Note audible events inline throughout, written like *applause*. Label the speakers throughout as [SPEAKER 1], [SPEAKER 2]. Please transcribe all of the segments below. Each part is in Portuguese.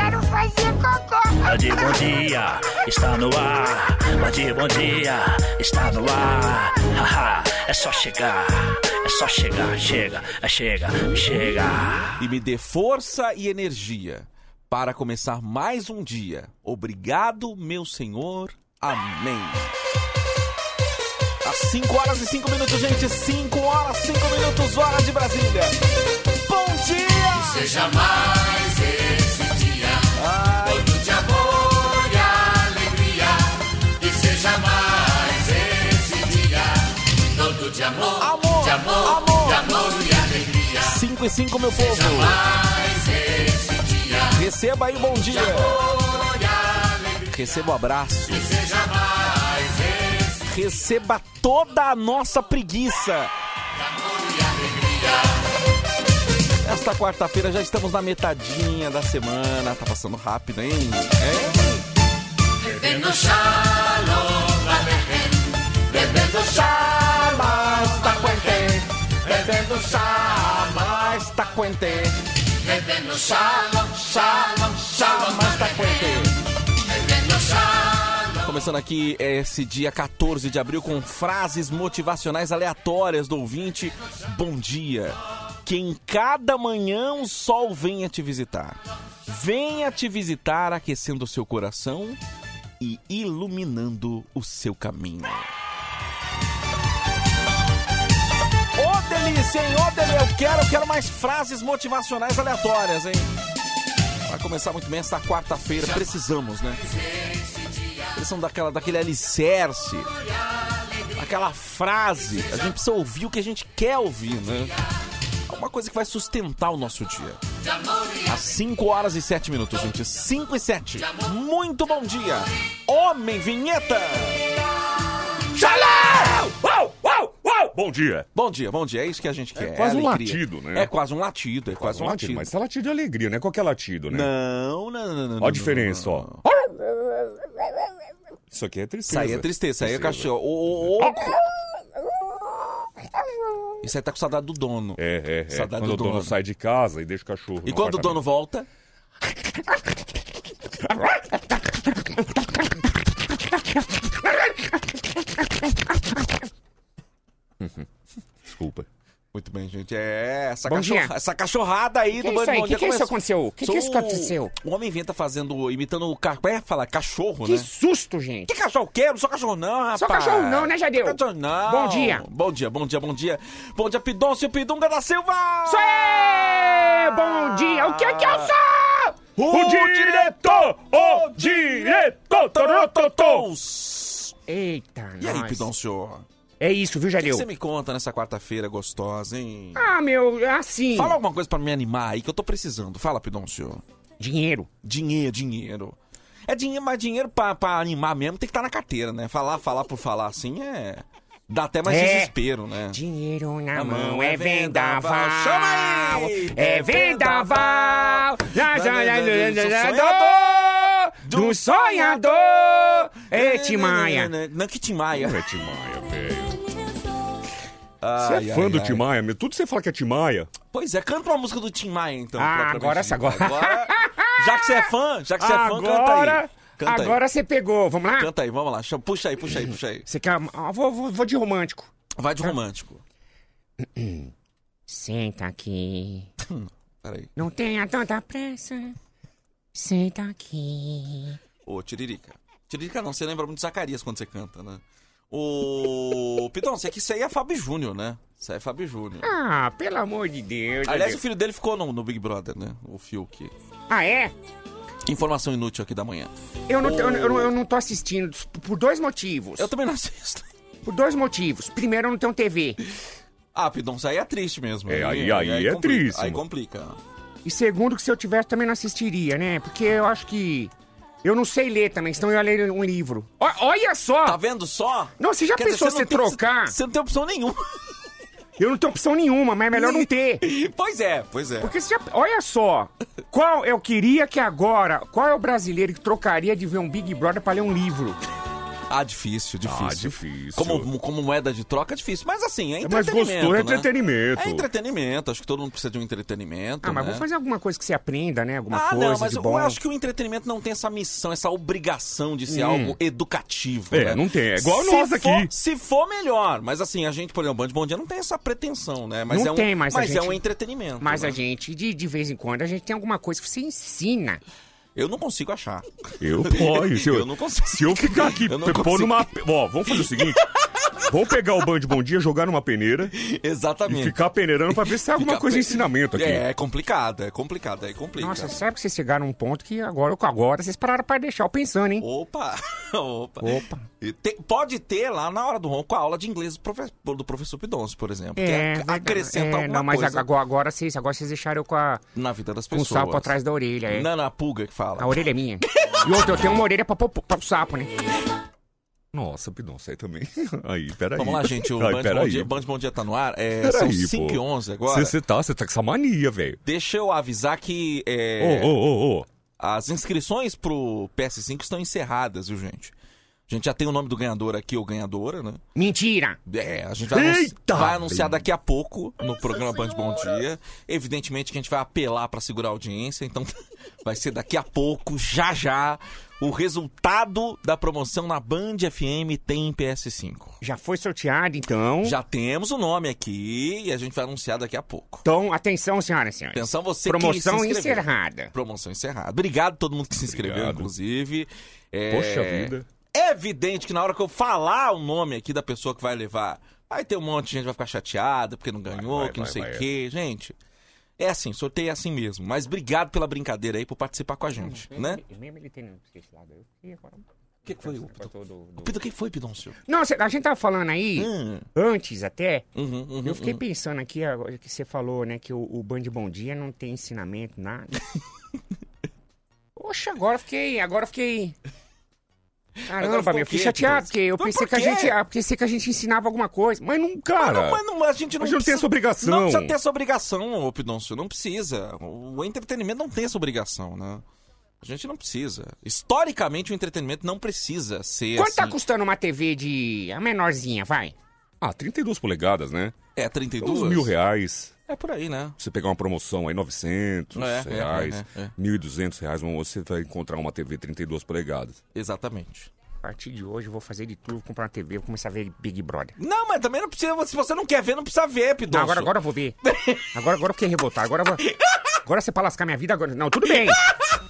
[SPEAKER 1] Band
[SPEAKER 2] fazer cocô.
[SPEAKER 1] Bom Dia está no ar. Band Bom Dia está no ar. Haha, é só chegar. É só chegar, chega, é chega, chega.
[SPEAKER 3] E me dê força e energia para começar mais um dia. Obrigado, meu Senhor. Amém. Às 5 horas e 5 minutos, gente. 5 horas, 5 minutos, hora de Brasília. Bom dia!
[SPEAKER 4] Seja mais esse dia, todo de amor e alegria. E seja mais esse dia, todo de amor,
[SPEAKER 3] Amor,
[SPEAKER 4] de amor,
[SPEAKER 3] amor.
[SPEAKER 4] de amor e alegria.
[SPEAKER 3] 5 e 5, meu povo.
[SPEAKER 4] Mais esse dia,
[SPEAKER 3] Receba aí o bom dia.
[SPEAKER 4] amor e alegria.
[SPEAKER 3] Receba o abraço.
[SPEAKER 4] E seja mais esse
[SPEAKER 3] Receba toda a nossa preguiça.
[SPEAKER 4] amor e alegria.
[SPEAKER 3] Esta quarta-feira já estamos na metadinha da semana. Tá passando rápido, hein? É?
[SPEAKER 4] Bebendo shalom, Bethlehem. Bebendo shalom, Bethlehem. Bebendo shalom.
[SPEAKER 3] Ah, está quente.
[SPEAKER 4] Bebendo shalom, shalom, shalom,
[SPEAKER 3] Mas tá quente.
[SPEAKER 4] bebendo shalom.
[SPEAKER 3] Começando aqui esse dia 14 de abril com frases motivacionais aleatórias do ouvinte. Bom dia. Que em cada manhã o sol venha te visitar. Venha te visitar aquecendo o seu coração e iluminando o seu caminho. Ô delícia, hein? Ô delícia, eu quero, eu quero mais frases motivacionais aleatórias, hein? Vai começar muito bem esta quarta-feira, precisamos, né? Precisamos daquela, daquele alicerce, aquela frase. A gente precisa ouvir o que a gente quer ouvir, né? Alguma coisa que vai sustentar o nosso dia. Às 5 horas e 7 minutos, gente. 5 e 7. Muito bom dia. Homem Vinheta.
[SPEAKER 5] Shalom! Uau, uau, uau! Bom dia.
[SPEAKER 3] Bom dia, bom dia. É isso que a gente quer.
[SPEAKER 5] quase
[SPEAKER 3] é
[SPEAKER 5] um
[SPEAKER 3] alegria.
[SPEAKER 5] latido, né?
[SPEAKER 3] É quase um latido, é quase um latido.
[SPEAKER 5] Mas é latido de alegria, não é qualquer latido, né?
[SPEAKER 3] Não, não, não, não.
[SPEAKER 5] Olha
[SPEAKER 3] não,
[SPEAKER 5] a diferença,
[SPEAKER 3] não,
[SPEAKER 5] ó.
[SPEAKER 3] não.
[SPEAKER 5] Isso aqui é tristeza.
[SPEAKER 3] Isso aí é tristeza, isso aí é cachorro. Ô, ô, ô. Isso aí tá com saudade do dono.
[SPEAKER 5] É, é, é.
[SPEAKER 3] Saudade
[SPEAKER 5] Quando
[SPEAKER 3] do
[SPEAKER 5] o dono
[SPEAKER 3] dono.
[SPEAKER 5] sai de casa e deixa o cachorro.
[SPEAKER 3] E
[SPEAKER 5] no
[SPEAKER 3] quando o dono
[SPEAKER 5] apartamento.
[SPEAKER 3] volta,
[SPEAKER 5] Desculpa.
[SPEAKER 3] Muito bem, gente. É essa,
[SPEAKER 6] Bom
[SPEAKER 3] cachorra-
[SPEAKER 6] dia.
[SPEAKER 3] essa cachorrada
[SPEAKER 6] Que
[SPEAKER 3] aí do
[SPEAKER 6] é
[SPEAKER 3] Band
[SPEAKER 6] isso aí?
[SPEAKER 3] Bom
[SPEAKER 6] Que
[SPEAKER 3] Dia
[SPEAKER 6] que isso
[SPEAKER 3] começou.
[SPEAKER 6] aconteceu? Que que
[SPEAKER 3] Sou
[SPEAKER 6] isso acontecendo?
[SPEAKER 3] O homem vinha tá fazendo, imitando o cachorro. É, fala, cachorro,
[SPEAKER 6] Que
[SPEAKER 3] né?
[SPEAKER 6] susto, gente.
[SPEAKER 3] Que cachorro quero? Não sou cachorro não, rapaz.
[SPEAKER 6] Sou cachorro não, né, Jadeu?
[SPEAKER 3] Cachorro não.
[SPEAKER 6] Bom dia.
[SPEAKER 3] Bom dia, bom dia, bom dia. Bom dia, Pidoncio Pidunga da Silva.
[SPEAKER 6] Sou eu! Bom dia! O que é que eu sou?
[SPEAKER 3] O
[SPEAKER 5] diretor! O diretor!
[SPEAKER 3] Torototos.
[SPEAKER 6] Eita,
[SPEAKER 3] E aí,
[SPEAKER 6] nós.
[SPEAKER 3] Pidoncio?
[SPEAKER 6] É isso, viu,
[SPEAKER 3] O que
[SPEAKER 6] Jadeu?
[SPEAKER 3] você me conta nessa quarta-feira gostosa, hein?
[SPEAKER 6] Ah, meu, é assim.
[SPEAKER 3] Fala alguma coisa pra me animar aí que eu tô precisando. Fala, Pidoncio.
[SPEAKER 6] Dinheiro.
[SPEAKER 3] Dinheiro, dinheiro. É dinheiro, mas dinheiro pra, pra animar mesmo tem que estar na carteira, né? Falar, falar por falar assim é. Dá até mais
[SPEAKER 6] É.
[SPEAKER 3] desespero, né?
[SPEAKER 6] Dinheiro na mão é vendaval.
[SPEAKER 3] Chama aí!
[SPEAKER 6] É vendaval. Na sonhador. Do sonhador.
[SPEAKER 3] Né,
[SPEAKER 6] Né, Ei, Timaia.
[SPEAKER 3] Não, que Timaia.
[SPEAKER 5] É Timaya, velho. Você
[SPEAKER 3] Ai,
[SPEAKER 5] é fã
[SPEAKER 3] ai,
[SPEAKER 5] do
[SPEAKER 3] ai.
[SPEAKER 5] Timaya, meu? Tudo que você fala que é Timaya.
[SPEAKER 3] Pois é, canta uma música do Timaia então.
[SPEAKER 6] Ah,
[SPEAKER 3] propriamente
[SPEAKER 6] agora essa-
[SPEAKER 3] dita.
[SPEAKER 6] agora-
[SPEAKER 3] Já que você é fã, já que você é fã, canta aí.
[SPEAKER 6] Agora.
[SPEAKER 3] Canta aí.
[SPEAKER 6] Agora você pegou. Vamos lá?
[SPEAKER 3] Canta aí, vamos lá. Chama- Puxa aí, puxa aí, puxa aí.
[SPEAKER 6] Você quer. Ah, vou- vou- vou de romântico.
[SPEAKER 3] Vai
[SPEAKER 6] É.
[SPEAKER 3] de romântico.
[SPEAKER 6] Senta aqui.
[SPEAKER 3] Peraí.
[SPEAKER 6] Não tenha tanta pressa. Senta aqui.
[SPEAKER 3] Ô, Tiririca. Tiririca não, você lembra muito de Zacarias quando você canta, né? Ô, Pitão, você que isso aí é Fábio Júnior, né? Isso aí é Fábio Júnior.
[SPEAKER 6] Ah, pelo amor de Deus.
[SPEAKER 3] Aliás, o
[SPEAKER 6] Deus.
[SPEAKER 3] filho dele ficou no, no Big Brother, né? O Fiuk.
[SPEAKER 6] Ah, é?
[SPEAKER 3] Informação inútil aqui da manhã.
[SPEAKER 6] Eu não, eu, não- eu não- eu não tô assistindo dos- por dois motivos.
[SPEAKER 3] Eu também não *laughs* assisto.
[SPEAKER 6] Por dois motivos. Primeiro, eu não tenho TV.
[SPEAKER 3] Ah, Pidon, isso aí é triste mesmo.
[SPEAKER 5] É, aí- aí é
[SPEAKER 3] complica,
[SPEAKER 5] tríssimo.
[SPEAKER 3] Aí complica.
[SPEAKER 6] E segundo, que se eu tivesse, também não assistiria, né? Porque eu acho que. Eu não sei ler também, senão eu ia ler um livro. Ó, olha só!
[SPEAKER 3] Tá vendo só?
[SPEAKER 6] Não, você já
[SPEAKER 3] Quer dizer,
[SPEAKER 6] pensou
[SPEAKER 3] não
[SPEAKER 6] você
[SPEAKER 3] tem-
[SPEAKER 6] trocar?
[SPEAKER 3] Você não tem opção nenhuma. *laughs*
[SPEAKER 6] Eu não tenho opção nenhuma, mas é melhor não ter.
[SPEAKER 3] pois é, pois é.
[SPEAKER 6] Porque você já. Olha só! Qual eu queria que agora. Qual é o brasileiro que trocaria de ver um Big Brother pra ler um livro?
[SPEAKER 3] Ah, difícil, difícil.
[SPEAKER 5] Ah, difícil.
[SPEAKER 3] Como, como moeda de troca, é difícil. Mas assim, é
[SPEAKER 5] Mas
[SPEAKER 3] entretenimento.
[SPEAKER 5] gostou, é
[SPEAKER 3] né?
[SPEAKER 5] entretenimento.
[SPEAKER 3] É entretenimento. Acho que todo mundo precisa de um entretenimento.
[SPEAKER 6] Ah, mas
[SPEAKER 3] né?
[SPEAKER 6] vou fazer alguma coisa que você aprenda, né? Alguma
[SPEAKER 3] ah,
[SPEAKER 6] coisa
[SPEAKER 3] não, mas
[SPEAKER 6] de
[SPEAKER 3] eu
[SPEAKER 6] bom.
[SPEAKER 3] acho que o entretenimento não tem essa missão, essa obrigação de ser algo educativo.
[SPEAKER 5] Hum. É,
[SPEAKER 3] né?
[SPEAKER 5] não tem. É igual
[SPEAKER 3] se
[SPEAKER 5] nós
[SPEAKER 3] for-
[SPEAKER 5] aqui.
[SPEAKER 3] Se for melhor. Mas assim, a gente, por exemplo, o Band Bom Dia não tem essa pretensão, né? Mas
[SPEAKER 6] Não
[SPEAKER 3] é um,
[SPEAKER 6] tem, mas a
[SPEAKER 3] é
[SPEAKER 6] gente-
[SPEAKER 3] um entretenimento.
[SPEAKER 6] Mas
[SPEAKER 3] né?
[SPEAKER 6] a gente, de, de vez em quando, a gente tem alguma coisa que você ensina.
[SPEAKER 3] Eu não consigo
[SPEAKER 5] *laughs*
[SPEAKER 3] achar.
[SPEAKER 5] Eu
[SPEAKER 3] *laughs*
[SPEAKER 5] posso. Se eu,
[SPEAKER 3] Eu não consigo.
[SPEAKER 5] Se eu ficar aqui,
[SPEAKER 3] Eu não
[SPEAKER 5] pe- pôr
[SPEAKER 3] consigo.
[SPEAKER 5] numa. pe- Ó, vamos fazer o
[SPEAKER 3] *laughs*
[SPEAKER 5] seguinte. Vou pegar o Band Bom Dia, jogar numa peneira e
[SPEAKER 3] Exatamente.
[SPEAKER 5] ficar peneirando
[SPEAKER 3] *laughs*
[SPEAKER 5] pra ver se tem alguma
[SPEAKER 3] Fica
[SPEAKER 5] coisa de
[SPEAKER 3] Hum. pe-
[SPEAKER 5] ensinamento aqui.
[SPEAKER 3] É, é complicado, é complicado, aí complica.
[SPEAKER 6] Nossa, sabe que vocês chegaram num ponto que agora, agora vocês pararam pra deixar eu pensando, hein?
[SPEAKER 3] Opa, *laughs* opa.
[SPEAKER 6] Opa.
[SPEAKER 3] E te- pode ter lá na hora do ronco a aula de inglês do, profe- do professor Pidoncio, por exemplo. que ac-
[SPEAKER 6] verdade.
[SPEAKER 3] acrescenta
[SPEAKER 6] É,
[SPEAKER 3] alguma
[SPEAKER 6] não, mas
[SPEAKER 3] coisa
[SPEAKER 6] agora, agora, vocês, agora vocês deixaram eu com, a,
[SPEAKER 3] na vida das
[SPEAKER 6] com o
[SPEAKER 3] pessoas.
[SPEAKER 6] sapo atrás da orelha, é.
[SPEAKER 3] Na, na pulga que fala.
[SPEAKER 6] A orelha é minha. E outra, eu tenho uma orelha pra, pôr- pra o sapo, né?
[SPEAKER 5] Nossa, Pidon, sai também. *laughs* Aí, peraí.
[SPEAKER 3] Vamos lá, gente. O
[SPEAKER 5] Ai,
[SPEAKER 3] Band Bom,
[SPEAKER 5] peraí,
[SPEAKER 3] dia,
[SPEAKER 5] pô.
[SPEAKER 3] Band Bom Dia tá no ar. É,
[SPEAKER 5] Peraí,
[SPEAKER 3] são
[SPEAKER 5] pô.
[SPEAKER 3] 5 e 11 agora.
[SPEAKER 5] Você tá, você tá com essa mania, velho.
[SPEAKER 3] Deixa eu avisar que
[SPEAKER 5] Ô,
[SPEAKER 3] é,
[SPEAKER 5] ô, ô, ô.
[SPEAKER 3] as inscrições pro PS5 estão encerradas, viu, gente? A gente já tem o nome do ganhador aqui, ou ganhadora, né?
[SPEAKER 6] Mentira!
[SPEAKER 3] É, a gente vai, anunci-
[SPEAKER 5] Eita!
[SPEAKER 3] vai anunciar daqui a pouco no programa Band Bom Dia. Evidentemente que a gente vai apelar pra segurar a audiência, então *laughs* vai ser daqui a pouco, já já, o resultado da promoção na Band FM tem PS5.
[SPEAKER 6] Já foi sorteado, então.
[SPEAKER 3] Já temos o nome aqui e a gente vai anunciar daqui a pouco.
[SPEAKER 6] Então, atenção, senhoras e senhores.
[SPEAKER 3] Atenção Então, você que
[SPEAKER 6] Promoção
[SPEAKER 3] se inscreveu.
[SPEAKER 6] encerrada.
[SPEAKER 3] Promoção encerrada. Obrigado a todo mundo que se inscreveu,
[SPEAKER 5] Obrigado.
[SPEAKER 3] inclusive. É,
[SPEAKER 5] Poxa vida.
[SPEAKER 3] É evidente que na hora que eu falar o nome aqui da pessoa que vai levar, vai ter um monte de gente que vai ficar chateada porque não ganhou,
[SPEAKER 5] vai,
[SPEAKER 3] que não
[SPEAKER 5] vai,
[SPEAKER 3] sei o
[SPEAKER 5] vai,
[SPEAKER 3] quê. Gente, é assim, sorteio é assim mesmo. Mas obrigado pela brincadeira aí, por participar com a gente, né?
[SPEAKER 6] Eu nem militei não, pra esse lado. Eu fiquei agora. um
[SPEAKER 3] O que, que foi? O
[SPEAKER 6] Negócio todo do-
[SPEAKER 3] Pido, o que foi, Pidoncio?
[SPEAKER 6] Não, cê- a gente tava falando aí,
[SPEAKER 3] Hum,
[SPEAKER 6] antes até,
[SPEAKER 3] uhum, uhum,
[SPEAKER 6] eu fiquei pensando aqui, agora que você falou, né, que o, o Band Bom Dia não tem ensinamento,
[SPEAKER 3] *laughs*
[SPEAKER 6] nada. Poxa, agora eu fiquei, agora eu fiquei...
[SPEAKER 3] Agora
[SPEAKER 6] Caramba,
[SPEAKER 3] ficou
[SPEAKER 6] meu,
[SPEAKER 3] o quê,
[SPEAKER 6] fiquei chateado,
[SPEAKER 3] Tito?
[SPEAKER 6] porque eu
[SPEAKER 3] Mas
[SPEAKER 6] pensei
[SPEAKER 3] por
[SPEAKER 6] que a
[SPEAKER 3] quê?
[SPEAKER 6] gente, ah, pensei que a gente ensinava alguma coisa, mas não...
[SPEAKER 5] Cara,
[SPEAKER 3] Não, mas não, a gente não,
[SPEAKER 5] a gente não tem
[SPEAKER 3] precisa-
[SPEAKER 5] essa obrigação.
[SPEAKER 3] Não precisa ter essa obrigação, ô Pidoncio. Não precisa. O entretenimento não tem essa obrigação, né? A gente não precisa. Historicamente, o entretenimento não precisa ser.
[SPEAKER 6] Quanto tá
[SPEAKER 3] assim.
[SPEAKER 6] custando uma TV de... a menorzinha, vai?
[SPEAKER 5] Ah, 32 polegadas, né?
[SPEAKER 3] É,
[SPEAKER 5] Então,
[SPEAKER 3] 32?
[SPEAKER 5] Uns mil reais.
[SPEAKER 3] É por aí, né?
[SPEAKER 5] Você pegar uma promoção aí, 900
[SPEAKER 3] É, é,
[SPEAKER 5] reais,
[SPEAKER 3] é, é.
[SPEAKER 5] 1.200 reais, mas você vai encontrar uma TV 32 polegadas.
[SPEAKER 3] Exatamente.
[SPEAKER 6] A partir de hoje eu vou fazer de tudo, vou comprar uma TV, vou começar a ver Big Brother.
[SPEAKER 3] Não, mas também não precisa. Se você não quer ver, não precisa ver,
[SPEAKER 6] Não,
[SPEAKER 3] Pidoncio.
[SPEAKER 6] agora, agora eu vou ver. Agora, agora eu fiquei revoltado. Agora, eu vou... agora você pra lascar minha vida agora. Não, tudo bem.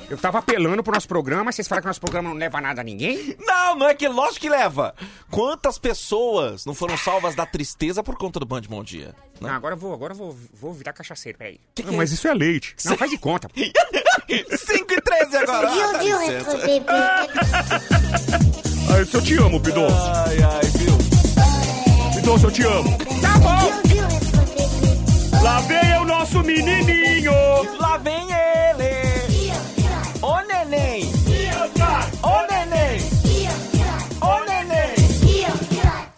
[SPEAKER 6] Eu tava apelando pro nosso programa, vocês falam que nosso programa não leva nada a ninguém?
[SPEAKER 3] Não, não é que. Lógico que leva. Quantas pessoas não foram salvas da tristeza por conta do Band Bom Dia? né? *laughs*
[SPEAKER 6] Não, agora eu vou, agora eu vou, vou virar cachaceiro, peraí.
[SPEAKER 5] Ah, mas isso é leite.
[SPEAKER 6] Não, faz de conta.
[SPEAKER 3] É
[SPEAKER 6] pô.
[SPEAKER 3] 5 e 13 agora. Ah, dá
[SPEAKER 2] Viu, é
[SPEAKER 3] licença.
[SPEAKER 2] viu, bebê?
[SPEAKER 5] Ah, isso eu te amo, Pidon.
[SPEAKER 3] Ai, ai, viu?
[SPEAKER 5] Pidon, eu te amo.
[SPEAKER 6] Tá bom!
[SPEAKER 2] Viu, é viu, bebê?
[SPEAKER 5] Lá vem é o nosso menininho.
[SPEAKER 3] Lá vem ele! Ô neném! Ô neném! Ô neném!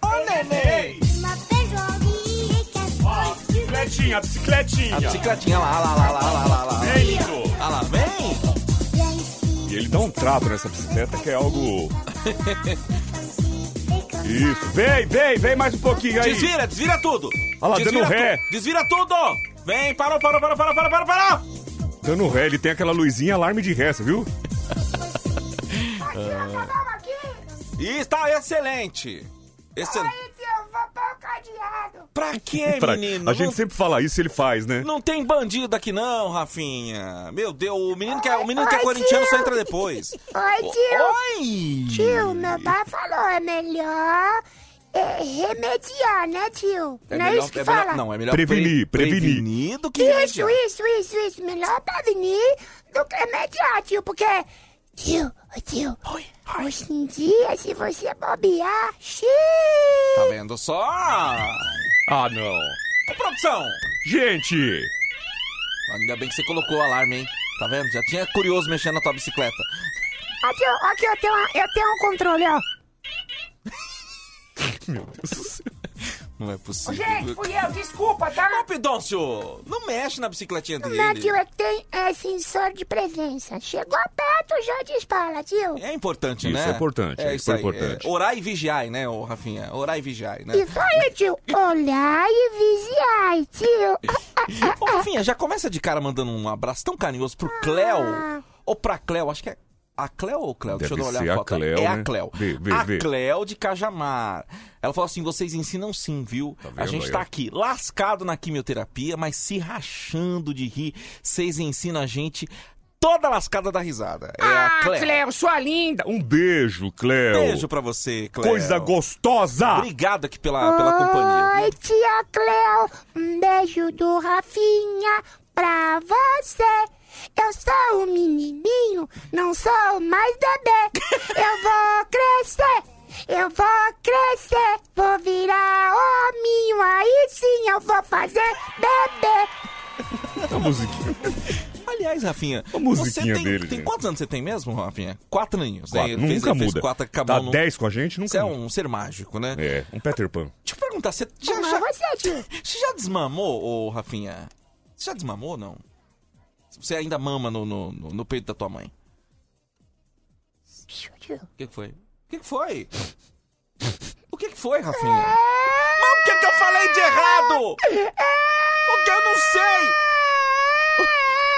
[SPEAKER 3] Ô neném!
[SPEAKER 2] Uma vez eu ouvi que as coisas
[SPEAKER 5] Bicicletinha,
[SPEAKER 3] A
[SPEAKER 5] bicicletinha.
[SPEAKER 3] bicicletinha lá, lá, lá, lá, lá, lá, lá.
[SPEAKER 5] Isso.
[SPEAKER 3] Ah lá, vem!
[SPEAKER 5] E ele dá um trato nessa bicicleta que é algo... Isso. Vem, vem, vem mais um pouquinho aí.
[SPEAKER 3] Desvira, desvira tudo!
[SPEAKER 5] Olha lá,
[SPEAKER 3] desvira
[SPEAKER 5] dando ré.
[SPEAKER 3] tu- Desvira tudo! Vem, parou, parou, parou, parou, parou, parou, parou!
[SPEAKER 5] Dando ré, ele tem aquela luzinha alarme de ré, você viu?
[SPEAKER 2] é
[SPEAKER 3] E está excelente! Excelente! Pra quê,
[SPEAKER 5] Pra-
[SPEAKER 3] menino?
[SPEAKER 5] A gente
[SPEAKER 3] Não-
[SPEAKER 5] sempre fala isso e ele faz, né?
[SPEAKER 3] Não tem bandido aqui não, Rafinha. Meu Deus, o menino que é, o menino que é corintiano só entra depois.
[SPEAKER 2] Oi,
[SPEAKER 3] Oi! É
[SPEAKER 2] tio, meu pai falou, é melhor é, remediar, né, tio?
[SPEAKER 3] É
[SPEAKER 2] não
[SPEAKER 3] melhor,
[SPEAKER 2] é isso que
[SPEAKER 3] é melhor-
[SPEAKER 2] fala?
[SPEAKER 3] não, é melhor
[SPEAKER 5] Prevenir,
[SPEAKER 3] pre-
[SPEAKER 5] prevenir.
[SPEAKER 3] prevenir do que
[SPEAKER 2] Isso,
[SPEAKER 3] remediar.
[SPEAKER 2] isso, isso, isso. Melhor prevenir do que remediar, tio, porque... Tio, ô, tio,
[SPEAKER 3] Oi, oi.
[SPEAKER 2] hoje em dia, se você bobear, xiii...
[SPEAKER 3] Tá vendo só?
[SPEAKER 5] Ah, não.
[SPEAKER 3] Ô, produção!
[SPEAKER 5] Gente,
[SPEAKER 3] Ainda bem que você colocou o alarme, hein? Tá vendo? Já tinha curioso mexendo na tua bicicleta. Tá
[SPEAKER 2] Aqui, ó, aqui eu, tenho uma- eu tenho um controle, ó.
[SPEAKER 3] Não é possível.
[SPEAKER 6] Gente, fui eu, desculpa, tá?
[SPEAKER 3] Ô, Pidoncio, não mexe na bicicletinha dele.
[SPEAKER 2] Não, tio, é que tem é, sensor de presença. Chegou perto, já dispara, tio.
[SPEAKER 3] É importante,
[SPEAKER 5] Isso
[SPEAKER 3] né?
[SPEAKER 5] é importante, isso é importante.
[SPEAKER 3] É, orar e vigiai, né, ô Rafinha? Orar e vigiai, né?
[SPEAKER 2] Isso aí, tio. Olhar e vigiar, tio.
[SPEAKER 3] Ô, Rafinha, já começa de cara mandando um abraço tão carinhoso pro Cléo. Ou pra Cléo, acho que é a Cléo ou Cléo? Deixa eu
[SPEAKER 5] Deve
[SPEAKER 3] dar uma
[SPEAKER 5] ser
[SPEAKER 3] olhada
[SPEAKER 5] a
[SPEAKER 3] foto.
[SPEAKER 5] Cléo,
[SPEAKER 3] é a
[SPEAKER 5] né?
[SPEAKER 3] Cléo.
[SPEAKER 5] Vê, vê,
[SPEAKER 3] a
[SPEAKER 5] vê.
[SPEAKER 3] Cléo de Cajamar. Ela falou assim: vocês ensinam sim, viu? a
[SPEAKER 5] vendo
[SPEAKER 3] gente
[SPEAKER 5] aí,
[SPEAKER 3] tá
[SPEAKER 5] ó.
[SPEAKER 3] aqui lascado na quimioterapia, mas se rachando de rir. Vocês ensinam a gente toda lascada da risada. É a
[SPEAKER 6] Ah,
[SPEAKER 3] Cléo.
[SPEAKER 6] Cleo, sua linda.
[SPEAKER 5] Um beijo, Cléo.
[SPEAKER 3] Beijo pra você, Cléo.
[SPEAKER 5] Coisa Ah. gostosa.
[SPEAKER 3] Obrigado aqui pela, Ah, pela companhia. viu?
[SPEAKER 2] Oi, tia Cleo. Um beijo do Rafinha pra você. Eu sou um menininho, não sou mais
[SPEAKER 3] *laughs*
[SPEAKER 2] bebê. Eu vou crescer, eu vou crescer. Vou virar hominho, aí sim eu vou fazer bebê.
[SPEAKER 5] A musiquinha.
[SPEAKER 3] Aliás, Rafinha,
[SPEAKER 5] A
[SPEAKER 3] você
[SPEAKER 5] musiquinha
[SPEAKER 3] tem,
[SPEAKER 5] dele,
[SPEAKER 3] tem
[SPEAKER 5] gente.
[SPEAKER 3] quantos anos você tem mesmo, Rafinha? Quatro aninhos, né?
[SPEAKER 5] Quatro.
[SPEAKER 3] Ele fez,
[SPEAKER 5] Nunca
[SPEAKER 3] ele fez
[SPEAKER 5] muda.
[SPEAKER 3] quatro,
[SPEAKER 5] Dá
[SPEAKER 3] acabou no...
[SPEAKER 5] 10 com a gente,
[SPEAKER 3] Você
[SPEAKER 5] nunca
[SPEAKER 3] é
[SPEAKER 5] muda.
[SPEAKER 3] um ser mágico, né?
[SPEAKER 5] É, um Peter Pan.
[SPEAKER 3] Deixa eu perguntar, você já,
[SPEAKER 2] Mas
[SPEAKER 3] já-
[SPEAKER 2] você, tio?
[SPEAKER 3] você já desmamou, ô Rafinha? Você já desmamou ou não? Você ainda mama no, no, no- no peito da tua mãe?
[SPEAKER 2] Tio, tio.
[SPEAKER 3] O que que foi? O que que foi? O que que foi, Rafinha? Mas o que que eu falei de errado? O que eu não sei? O,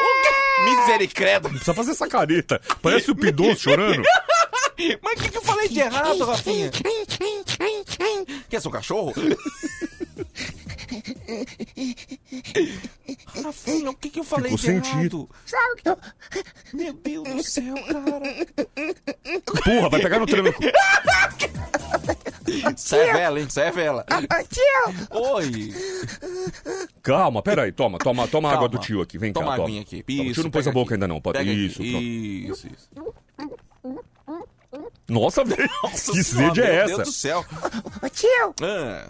[SPEAKER 3] o que... Misericredo.
[SPEAKER 5] Não precisa fazer essa careta. Parece
[SPEAKER 3] *laughs*
[SPEAKER 5] o Pidon chorando.
[SPEAKER 3] Mas o que que eu falei de errado, Rafinha? Quer ser um cachorro? *laughs* Rafinha, o que, que eu falei
[SPEAKER 5] Ficou
[SPEAKER 3] de
[SPEAKER 5] sentido.
[SPEAKER 3] errado? Meu Deus do céu, cara.
[SPEAKER 5] Porra, vai pegar no tranco.
[SPEAKER 3] Isso é vela, hein? Isso é vela.
[SPEAKER 2] Ô, tio,
[SPEAKER 3] Oi.
[SPEAKER 5] Calma, peraí. Toma, toma, toma a água
[SPEAKER 3] Calma.
[SPEAKER 5] do tio aqui. Vem
[SPEAKER 3] Toma
[SPEAKER 5] cá,
[SPEAKER 3] aguinha aqui.
[SPEAKER 5] Toma. o
[SPEAKER 3] Isso,
[SPEAKER 5] tio não pôs a
[SPEAKER 3] pega
[SPEAKER 5] boca
[SPEAKER 3] aqui.
[SPEAKER 5] ainda não. Pode.
[SPEAKER 3] Pega aqui.
[SPEAKER 5] Isso, pronto.
[SPEAKER 3] Isso, isso.
[SPEAKER 5] Nossa, velho.
[SPEAKER 3] Nossa *laughs*
[SPEAKER 5] Que
[SPEAKER 3] Senhora,
[SPEAKER 5] sede é
[SPEAKER 3] meu
[SPEAKER 5] essa?
[SPEAKER 3] Deus do céu.
[SPEAKER 2] ô, tio.
[SPEAKER 3] Ah,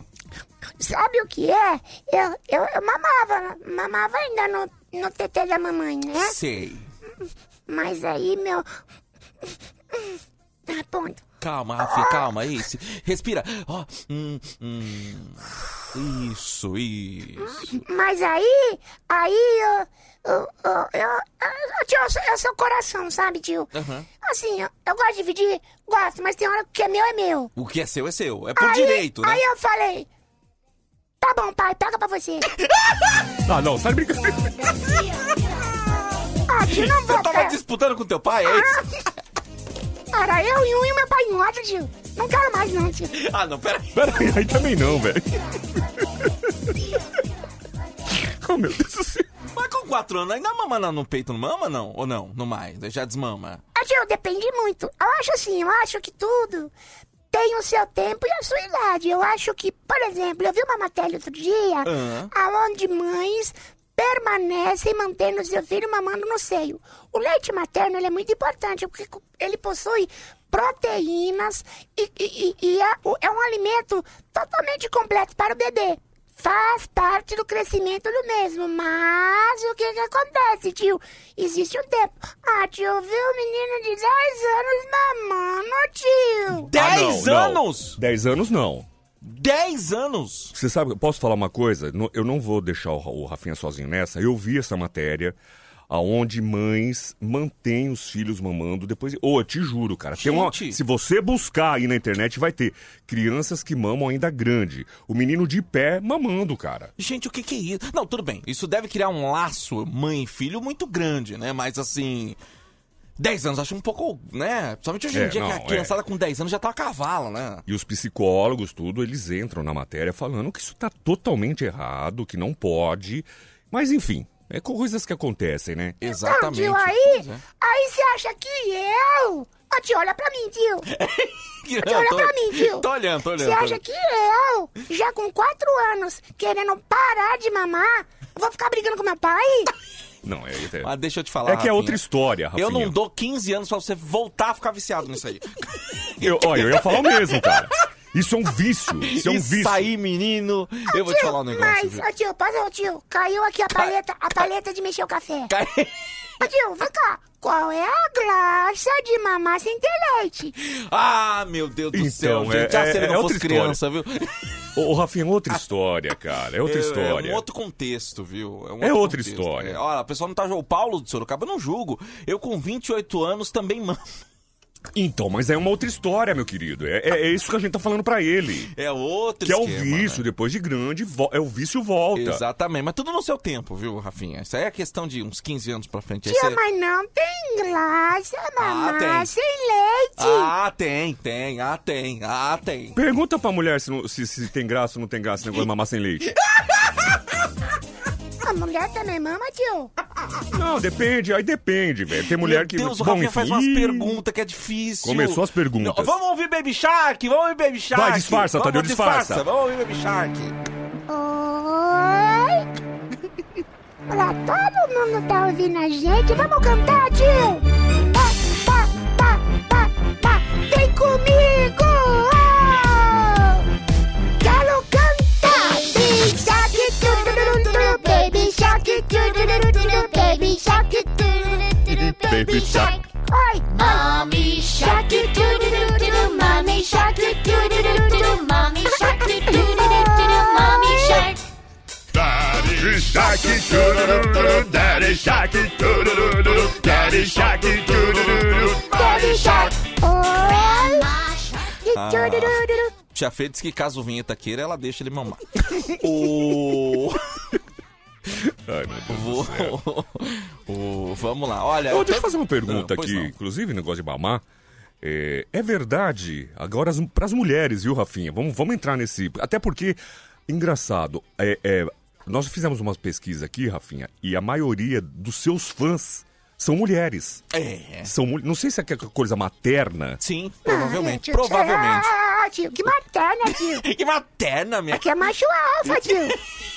[SPEAKER 2] Sabe o que é? Eu, eu, eu mamava, mamava ainda no, no TT da mamãe, né?
[SPEAKER 3] sei.
[SPEAKER 2] Mas aí, meu. Ah, ponto.
[SPEAKER 3] Calma, Rafi, calma, isso. Respira. Ó, hum, hum. Isso, isso.
[SPEAKER 2] Mas aí, aí eu. Eu, eu, eu, eu, tio, eu sou- eu sou coração, sabe, tio?
[SPEAKER 3] Aham.
[SPEAKER 2] Assim, eu, eu gosto de dividir, gosto, mas tem hora que o que é meu é meu.
[SPEAKER 3] O que é seu é seu. É por
[SPEAKER 2] aí,
[SPEAKER 3] direito, né?
[SPEAKER 2] Aí eu falei. Tá bom, pai, pega
[SPEAKER 3] *laughs*
[SPEAKER 2] pra você.
[SPEAKER 5] Ah, não, sai brincando.
[SPEAKER 2] Ah, tio, não
[SPEAKER 3] Você
[SPEAKER 2] vou.
[SPEAKER 3] tava
[SPEAKER 2] *laughs* cara.
[SPEAKER 3] disputando com teu pai, é isso?
[SPEAKER 2] Era eu e um e meu pai em outro, tio. Não quero mais, não, tio.
[SPEAKER 3] Ah, não, peraí.
[SPEAKER 5] *laughs* Peraí, aí também não, velho. *laughs* Oh, meu Deus do céu.
[SPEAKER 3] Mas com quatro anos ainda mama não, no peito, não mama não? Ou não? Não mais? Já desmama.
[SPEAKER 2] Ah, tio, depende muito. Eu acho assim, eu acho que tudo tem o seu tempo e a sua idade. Eu acho que, por exemplo, eu vi uma matéria outro dia
[SPEAKER 3] Ah.
[SPEAKER 2] aonde mães permanecem mantendo seu filho mamando no seio. O leite materno ele é muito importante porque co- ele possui proteínas e, e- e- e é, o- é um alimento totalmente completo para o bebê. Faz parte do crescimento do mesmo, mas o que, que acontece, tio? Existe um tempo. Ah, tio, eu vi um menino de 10 anos mamando, tio.
[SPEAKER 3] Dez
[SPEAKER 5] Ah, não, não.
[SPEAKER 3] anos?
[SPEAKER 5] 10 anos não.
[SPEAKER 3] Dez anos?
[SPEAKER 5] Você sabe, posso falar uma coisa? No- Eu não vou deixar o Ra- o Rafinha sozinho nessa. Eu vi essa matéria aonde mães mantêm os filhos mamando depois. Ô, eu te juro, cara. Tem uma-
[SPEAKER 3] Gente.
[SPEAKER 5] se você buscar aí na internet, vai ter crianças que mamam ainda grande. O menino de pé mamando, cara.
[SPEAKER 3] Gente, o que que é isso? Não, tudo bem. Isso deve criar um laço mãe e filho muito grande, né? Mas assim... Dez anos, acho um pouco, né? Principalmente hoje em
[SPEAKER 5] É,
[SPEAKER 3] dia, que a
[SPEAKER 5] não,
[SPEAKER 3] criançada com 10 anos já tá uma cavala, né?
[SPEAKER 5] E os psicólogos, tudo, eles entram na matéria falando que isso tá totalmente errado, que não pode. Mas enfim, é coisas que acontecem, né?
[SPEAKER 2] Então,
[SPEAKER 3] Exatamente.
[SPEAKER 2] tio, aí,
[SPEAKER 3] Pois é.
[SPEAKER 2] aí você acha que eu... Ô, tio, olha pra mim, tio.
[SPEAKER 3] Eu
[SPEAKER 2] *laughs* olha pra mim, tio.
[SPEAKER 3] Tô olhando, tô olhando.
[SPEAKER 2] Você
[SPEAKER 3] tô
[SPEAKER 2] acha
[SPEAKER 3] olhando.
[SPEAKER 2] que eu, já com quatro anos, querendo parar de mamar, vou ficar brigando com meu pai?
[SPEAKER 5] Não, é. é-
[SPEAKER 3] Mas deixa eu te falar,
[SPEAKER 5] É que é
[SPEAKER 3] Rafinha.
[SPEAKER 5] outra história, Rafinha.
[SPEAKER 3] Eu não dou 15 anos pra você voltar a ficar viciado nisso aí.
[SPEAKER 5] Eu, olha, eu ia falar o mesmo, cara. Isso é um vício. Isso é um
[SPEAKER 3] Isso
[SPEAKER 5] vício.
[SPEAKER 3] aí, menino, eu vou te
[SPEAKER 2] Tio,
[SPEAKER 3] falar um negócio.
[SPEAKER 2] Mas,
[SPEAKER 3] viu?
[SPEAKER 2] ô tio, passa, ô tio, caiu aqui a paleta, a paleta de mexer o café.
[SPEAKER 3] Cai-
[SPEAKER 2] Ô tio, vem cá. Qual é a graça de mamar sem ter leite?
[SPEAKER 3] *laughs* Ah, meu Deus do
[SPEAKER 5] Então,
[SPEAKER 3] céu,
[SPEAKER 5] é-
[SPEAKER 3] gente. ah, se
[SPEAKER 5] é-
[SPEAKER 3] ele não
[SPEAKER 5] é outra
[SPEAKER 3] fosse criança, viu?
[SPEAKER 5] Ô, ô, Rafinha, é outra história, cara. É outra
[SPEAKER 3] É-
[SPEAKER 5] história.
[SPEAKER 3] É um outro contexto, viu? um
[SPEAKER 5] É
[SPEAKER 3] outro
[SPEAKER 5] outra
[SPEAKER 3] contexto.
[SPEAKER 5] história.
[SPEAKER 3] É, olha, o pessoal não tá. O Paulo de Sorocaba eu não julgo. Eu com 28 anos também mando.
[SPEAKER 5] Então, mas é uma outra história, meu querido. É, é- é isso que a gente tá falando pra ele.
[SPEAKER 3] É outro
[SPEAKER 5] Que é o
[SPEAKER 3] esquema,
[SPEAKER 5] vício,
[SPEAKER 3] né?
[SPEAKER 5] depois de grande, vo- é o vício volta.
[SPEAKER 3] Exatamente, mas tudo no seu tempo, viu, Rafinha? Isso aí é questão de uns 15 anos pra frente. Aí
[SPEAKER 2] Tia,
[SPEAKER 3] você-
[SPEAKER 2] mas não tem graça, mamãe,
[SPEAKER 3] é- Ah, tem.
[SPEAKER 2] sem leite.
[SPEAKER 3] Ah, tem, tem, ah, tem, ah, tem.
[SPEAKER 5] Pergunta pra mulher se, não- se- se tem graça ou não tem graça esse negócio de mamar sem leite.
[SPEAKER 2] A mulher também mama, tio.
[SPEAKER 5] Não, *laughs* depende, aí depende, velho. Tem mulher
[SPEAKER 3] Meu
[SPEAKER 5] que.
[SPEAKER 3] Deus, o Rafinha faz umas
[SPEAKER 5] enfim.
[SPEAKER 3] perguntas que é difícil.
[SPEAKER 5] Começou as perguntas.
[SPEAKER 3] Não, vamos ouvir Baby Shark, vamos ouvir Baby Shark.
[SPEAKER 5] Vai, disfarça,
[SPEAKER 3] Vamos,
[SPEAKER 5] Tadeu, disfarça. Hum.
[SPEAKER 3] Vamos ouvir Baby Shark.
[SPEAKER 2] Oi. *laughs* Pra todo mundo tá ouvindo a gente, vamos cantar, tio. Pá, pá, pá, pá, pá. Vem comigo. oh. Quero cantar. Baby Shark, tu, tu, tu, tu, tu, baby Shark, tu, tu, tu, tu, tu, baby Shark, tu, tu, tu, tu, tu, baby Shark. Oi,
[SPEAKER 7] Ah, Mommy shark doo doo doo doo doo, mommy shark doo doo doo doo doo, mommy shark doo doo doo doo doo, mommy shark.
[SPEAKER 8] Daddy Shark, doo-doo-doo-doo, Daddy Shark, doo-doo-doo-doo, Daddy Shark, doo-doo-doo-doo.
[SPEAKER 2] baby Shark. Oi.
[SPEAKER 7] Ma shark.
[SPEAKER 2] Tu, tu, tu, tu, tu.
[SPEAKER 3] Tia Fê diz que caso o vinha taqueira, ela deixa ele *laughs* mamar. o...
[SPEAKER 5] Ai, meu Deus.
[SPEAKER 3] Vou... o... Vamos lá, olha...
[SPEAKER 5] Ô, deixa eu fazer uma pergunta
[SPEAKER 3] Ah, pois
[SPEAKER 5] aqui,
[SPEAKER 3] não.
[SPEAKER 5] inclusive, negócio de mamar. É, é verdade, agora as- pras mulheres, viu, Rafinha? Vamos, vamos entrar nesse. Até porque, engraçado, é, é, nós fizemos uma pesquisa aqui, Rafinha, e a maioria dos seus fãs são mulheres.
[SPEAKER 3] É...
[SPEAKER 5] São, mul- não sei se é que é coisa materna.
[SPEAKER 3] Sim,
[SPEAKER 2] Ai,
[SPEAKER 3] provavelmente,
[SPEAKER 2] tio,
[SPEAKER 3] provavelmente.
[SPEAKER 2] Ah, tio, que materna, tio.
[SPEAKER 3] Que materna, minha...
[SPEAKER 2] Aqui é macho alfa, tio.